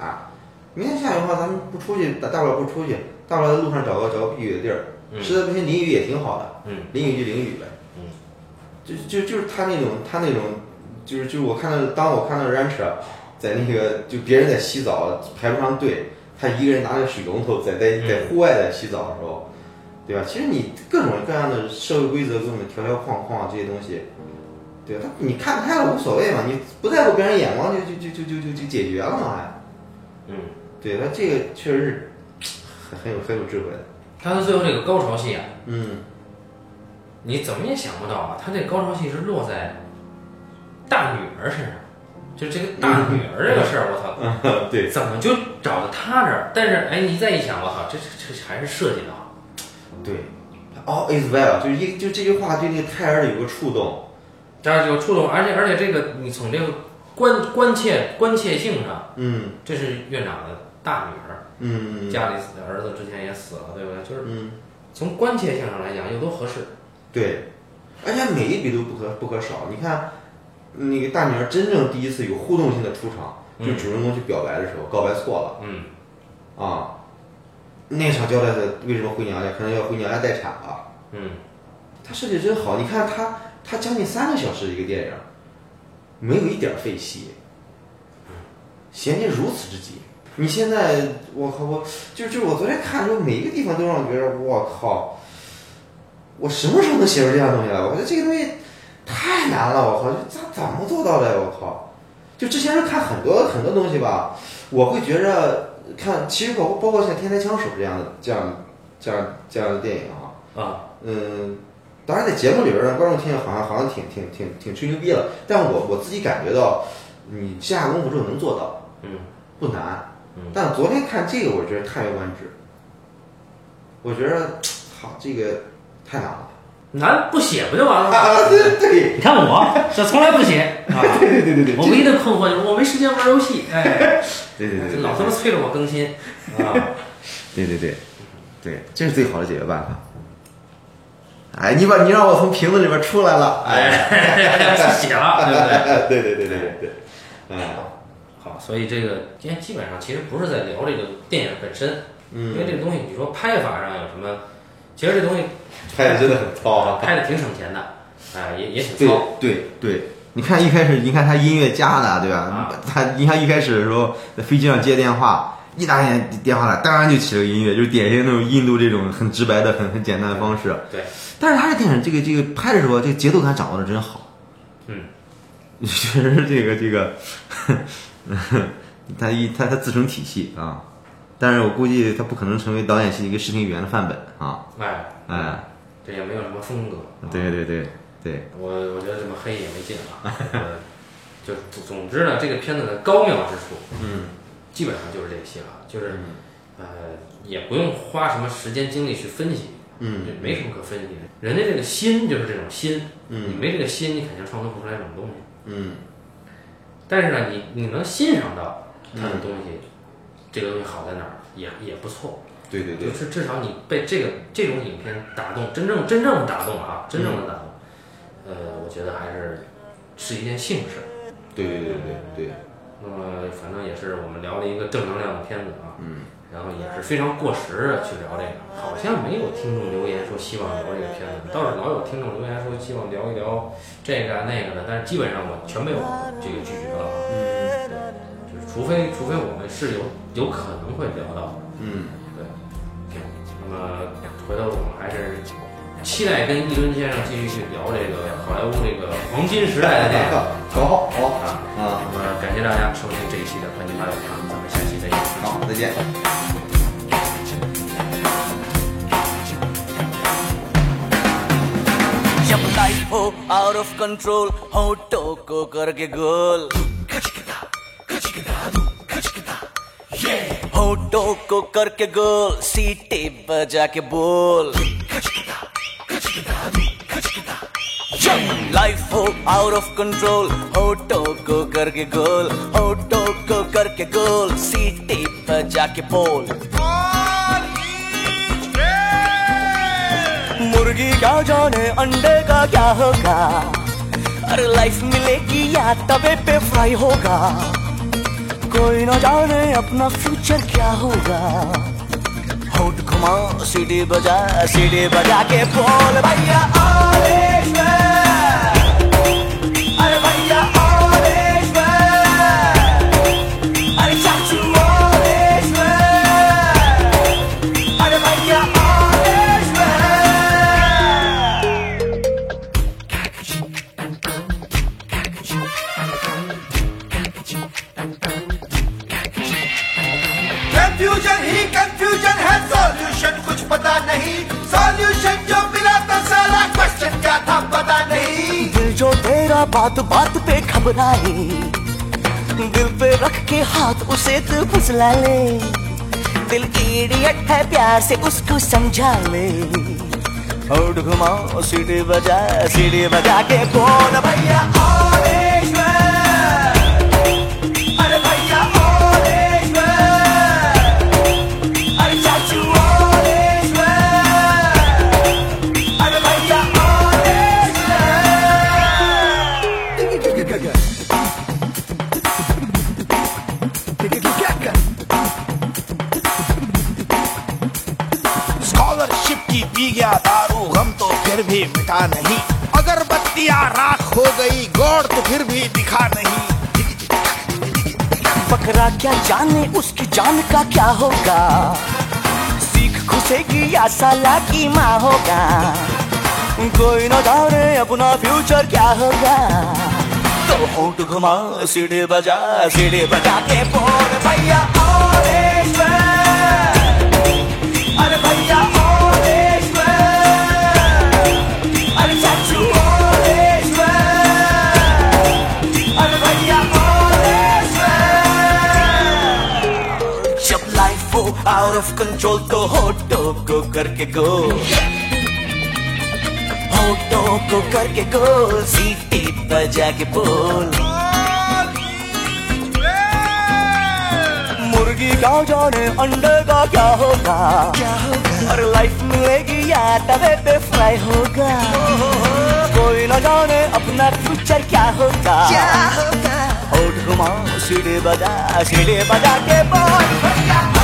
B: 明天下雨的话，咱们不出去，大大不了不出去，大不了在路上找个找个避雨的地儿，
A: 嗯
B: 实在不行淋雨也挺好的，
A: 嗯
B: 淋雨就淋雨呗。
A: 嗯，
B: 就就就是他那种他那种，就是就是我看到当我看到 Rancher 在那个就别人在洗澡排不上队，他一个人拿着水龙头在在在户外在洗澡的时候，对吧？其实你各种各样的社会规则、各种条条框啊框这些东西，对吧？他你看开了无所谓嘛，你不在乎别人眼光就就就就就就就解决了嘛还。
A: 嗯。
B: 对，那这个确实是很很有很有智慧的。
A: 他到最后这个高潮戏啊，
B: 嗯，
A: 你怎么也想不到啊，他这高潮戏是落在大女儿身上，就这个大女儿这个事儿，我操，
B: 对，
A: 怎么就找到他这儿？但是哎，你再一想，我操，这这这还是设计的好。
B: 对，all 哦 is well，就是一就这句话对那个泰尔有个触动。
A: 这样就触动，而且而且这个你从这个关关切关切性上，
B: 嗯
A: 这是院长的大女儿，
B: 嗯
A: 家里的儿子之前也死了，对不对？就是
B: 嗯，
A: 从关切性上来讲，又都合适。
B: 对，而且每一笔都不可不可少。你看，那个大女儿真正第一次有互动性的出场，就
A: 嗯
B: 主人公去表白的时候，告白错了
A: 嗯
B: 啊。那场交代的为什么回娘家，可能要回娘家待产了。
A: 嗯。
B: 他设计真好，你看他他将近三个小时的一个电影，没有一点儿废戏，衔接如此之紧。你现在我靠我就就是我昨天看的时候，每一个地方都让我觉得我靠，我什么时候能写出这样东西来？我觉得这个东西太难了，我靠，这咋怎么做到的呀？我靠，就之前是看很多很多东西吧，我会觉着看，其实包括包括像《天才枪手》这样的这样这样这样的电影啊，
A: 啊，
B: 嗯，当然在节目里边让观众听着好像好像挺挺挺挺吹牛逼了，但我我自己感觉到，你下功夫之后能做到，
A: 嗯
B: 不难
A: 嗯。
B: 但昨天看这个，我觉得叹为观止。我觉得，操，这个太难了。
A: 咱不写不就完了吗？
B: 啊，对对
C: 你看我，这从来不写啊，
B: 对对对对
A: 我唯一的困惑就是我没时间玩游 戏，哎，
B: 对对对对，
A: 老他妈催着我更新啊！
B: 对对对，对，这是最好的解决办法。哎，你把你让我从瓶子里边出来了，哎，
A: 哎，不 写了，对不对？
B: 对对对对对对，哎，
A: 好，所以这个今天基本上其实不是在聊这个电影本身，
B: 嗯
A: 因为这个东西你说拍法上有什么，其实这东西
B: 拍的真的很糙啊，
A: 拍的挺省钱的，啊，也也挺
B: 对
A: 糙，
B: 对对。你看一开始，你看他音乐家的，对吧？
A: 啊
B: 他你看一开始的时候，在飞机上接电话，一打电电话来，当然就起了个音乐，就是典型那种印度这种很直白的、很很简单的方式。
A: 对，
B: 但是他这电影这个这个拍的时候，这个节奏感掌握的真好。
A: 嗯，
B: 确实这个这个， 他一他他自成体系啊。但是我估计他不可能成为导演系一个视听语言的范本啊。
A: 哎，
B: 哎，
A: 这也没有什么风格。啊
B: 对对对对，
A: 我我觉得这么黑也没劲啊。呃 就总总之呢，这个片子的高妙之处，
B: 嗯，
A: 基本上就是这些了，就是呃，也不用花什么时间精力去分析，
B: 嗯，
A: 就没什么可分析的。人家这个心就是这种心，
B: 嗯
A: 你没这个心，你肯定创作不出来这种东西。
B: 嗯
A: 但是呢，你你能欣赏到他的东西，
B: 嗯
A: 这个东西好在哪儿，也也不错。
B: 对对
A: 就，是至少你被这个这种影片打动，真正真正打动啊，真正的打动，
B: 嗯
A: 呃，我觉得还是是一件幸事。
B: 对对对对对，
A: 那么反正也是我们聊了一个正能量的片子啊，嗯，然后也是非常过时的去聊这个，好像没有听众留言说希望聊这个片子，倒是老有听众留言说希望聊一聊这个啊那个的，但是基本上我全被我这个拒绝了，嗯，对，就是除非除非我们是有有可能会聊到，
B: 嗯，
A: 对，那么回头我们还是期待跟一轮先生继续去聊这个好莱坞这个黄金时代的电影。
B: 搞好好
A: 啊
B: 啊，
A: 那么感谢大家收听这一期的《观景八六堂》，咱们下期再见。
B: 好，再见。
D: जब लाइफ हो आउट ऑफ कंट्रोल होटो को करके गोल होटो को करके गोल सीटे बजा के बोल लाइफ हो आउट ऑफ कंट्रोल होटो को करके गोल होटो को करके गोल सीटे बजा के बोल मुर्गी क्या जाने अंडे का क्या होगा अरे लाइफ मिलेगी या तवे पे फ्राई होगा कोई ना जाने अपना फ्यूचर क्या होगा होट घुमा सीढ़ी बजा सीढ़ी बजा के बोल भैया आवेश में। अरे भैया आवेश में। अरे चाचू आवेश में। अरे भैया आवेश में।
E: कंफ्यूजन ही कंफ्यूजन है सॉल्यूशन कुछ पता नहीं सॉल्यूशन जो मिला था सारा क्वेश्चन क्या था पता नहीं
D: दिल जो तेरा बात बात पे घबराए दिल पे रख के हाथ उसे तू फुसला ले दिल इडियट है प्यार से उसको समझा ले और घुमाओ सीढ़ी बजा सीढ़ी बजा के बोल भैया आवेश में। अरे भैया आवेश में। अरे चाचू आवेश में। अरे भैया आवेश में।
E: स्कॉलरशिप की पी गया दारू गम तो फिर भी मिटा नहीं अगरबत्तियां राख हो गई गौर तो फिर भी दिखा नहीं
D: बकरा क्या जाने उसकी जान का क्या होगा सीख खुसेगी या साला की माँ होगा कोई न जाने अपना फ्यूचर क्या होगा तो होट घुमा सीढ़ी बजा सीढ़ी बजा के बोल भैया आवेश में। अरे भैया आवेश में। अरे चाचू आवेश में। अरे भैया आवेश में। आउट ऑफ कंट्रोल तो होटो को करके गो होटो को करके गो सीटी बजा के बोल मुर्गी गाँव जाने अंडे का क्या होगा क्या होगा और लाइफ मिलेगी या तवे पे फ्राई होगा कोई न जाने अपना फ्यूचर क्या होगा क्या होगा होठ घुमाओ सीढ़े बजा सीढ़े बजा के बोल भैया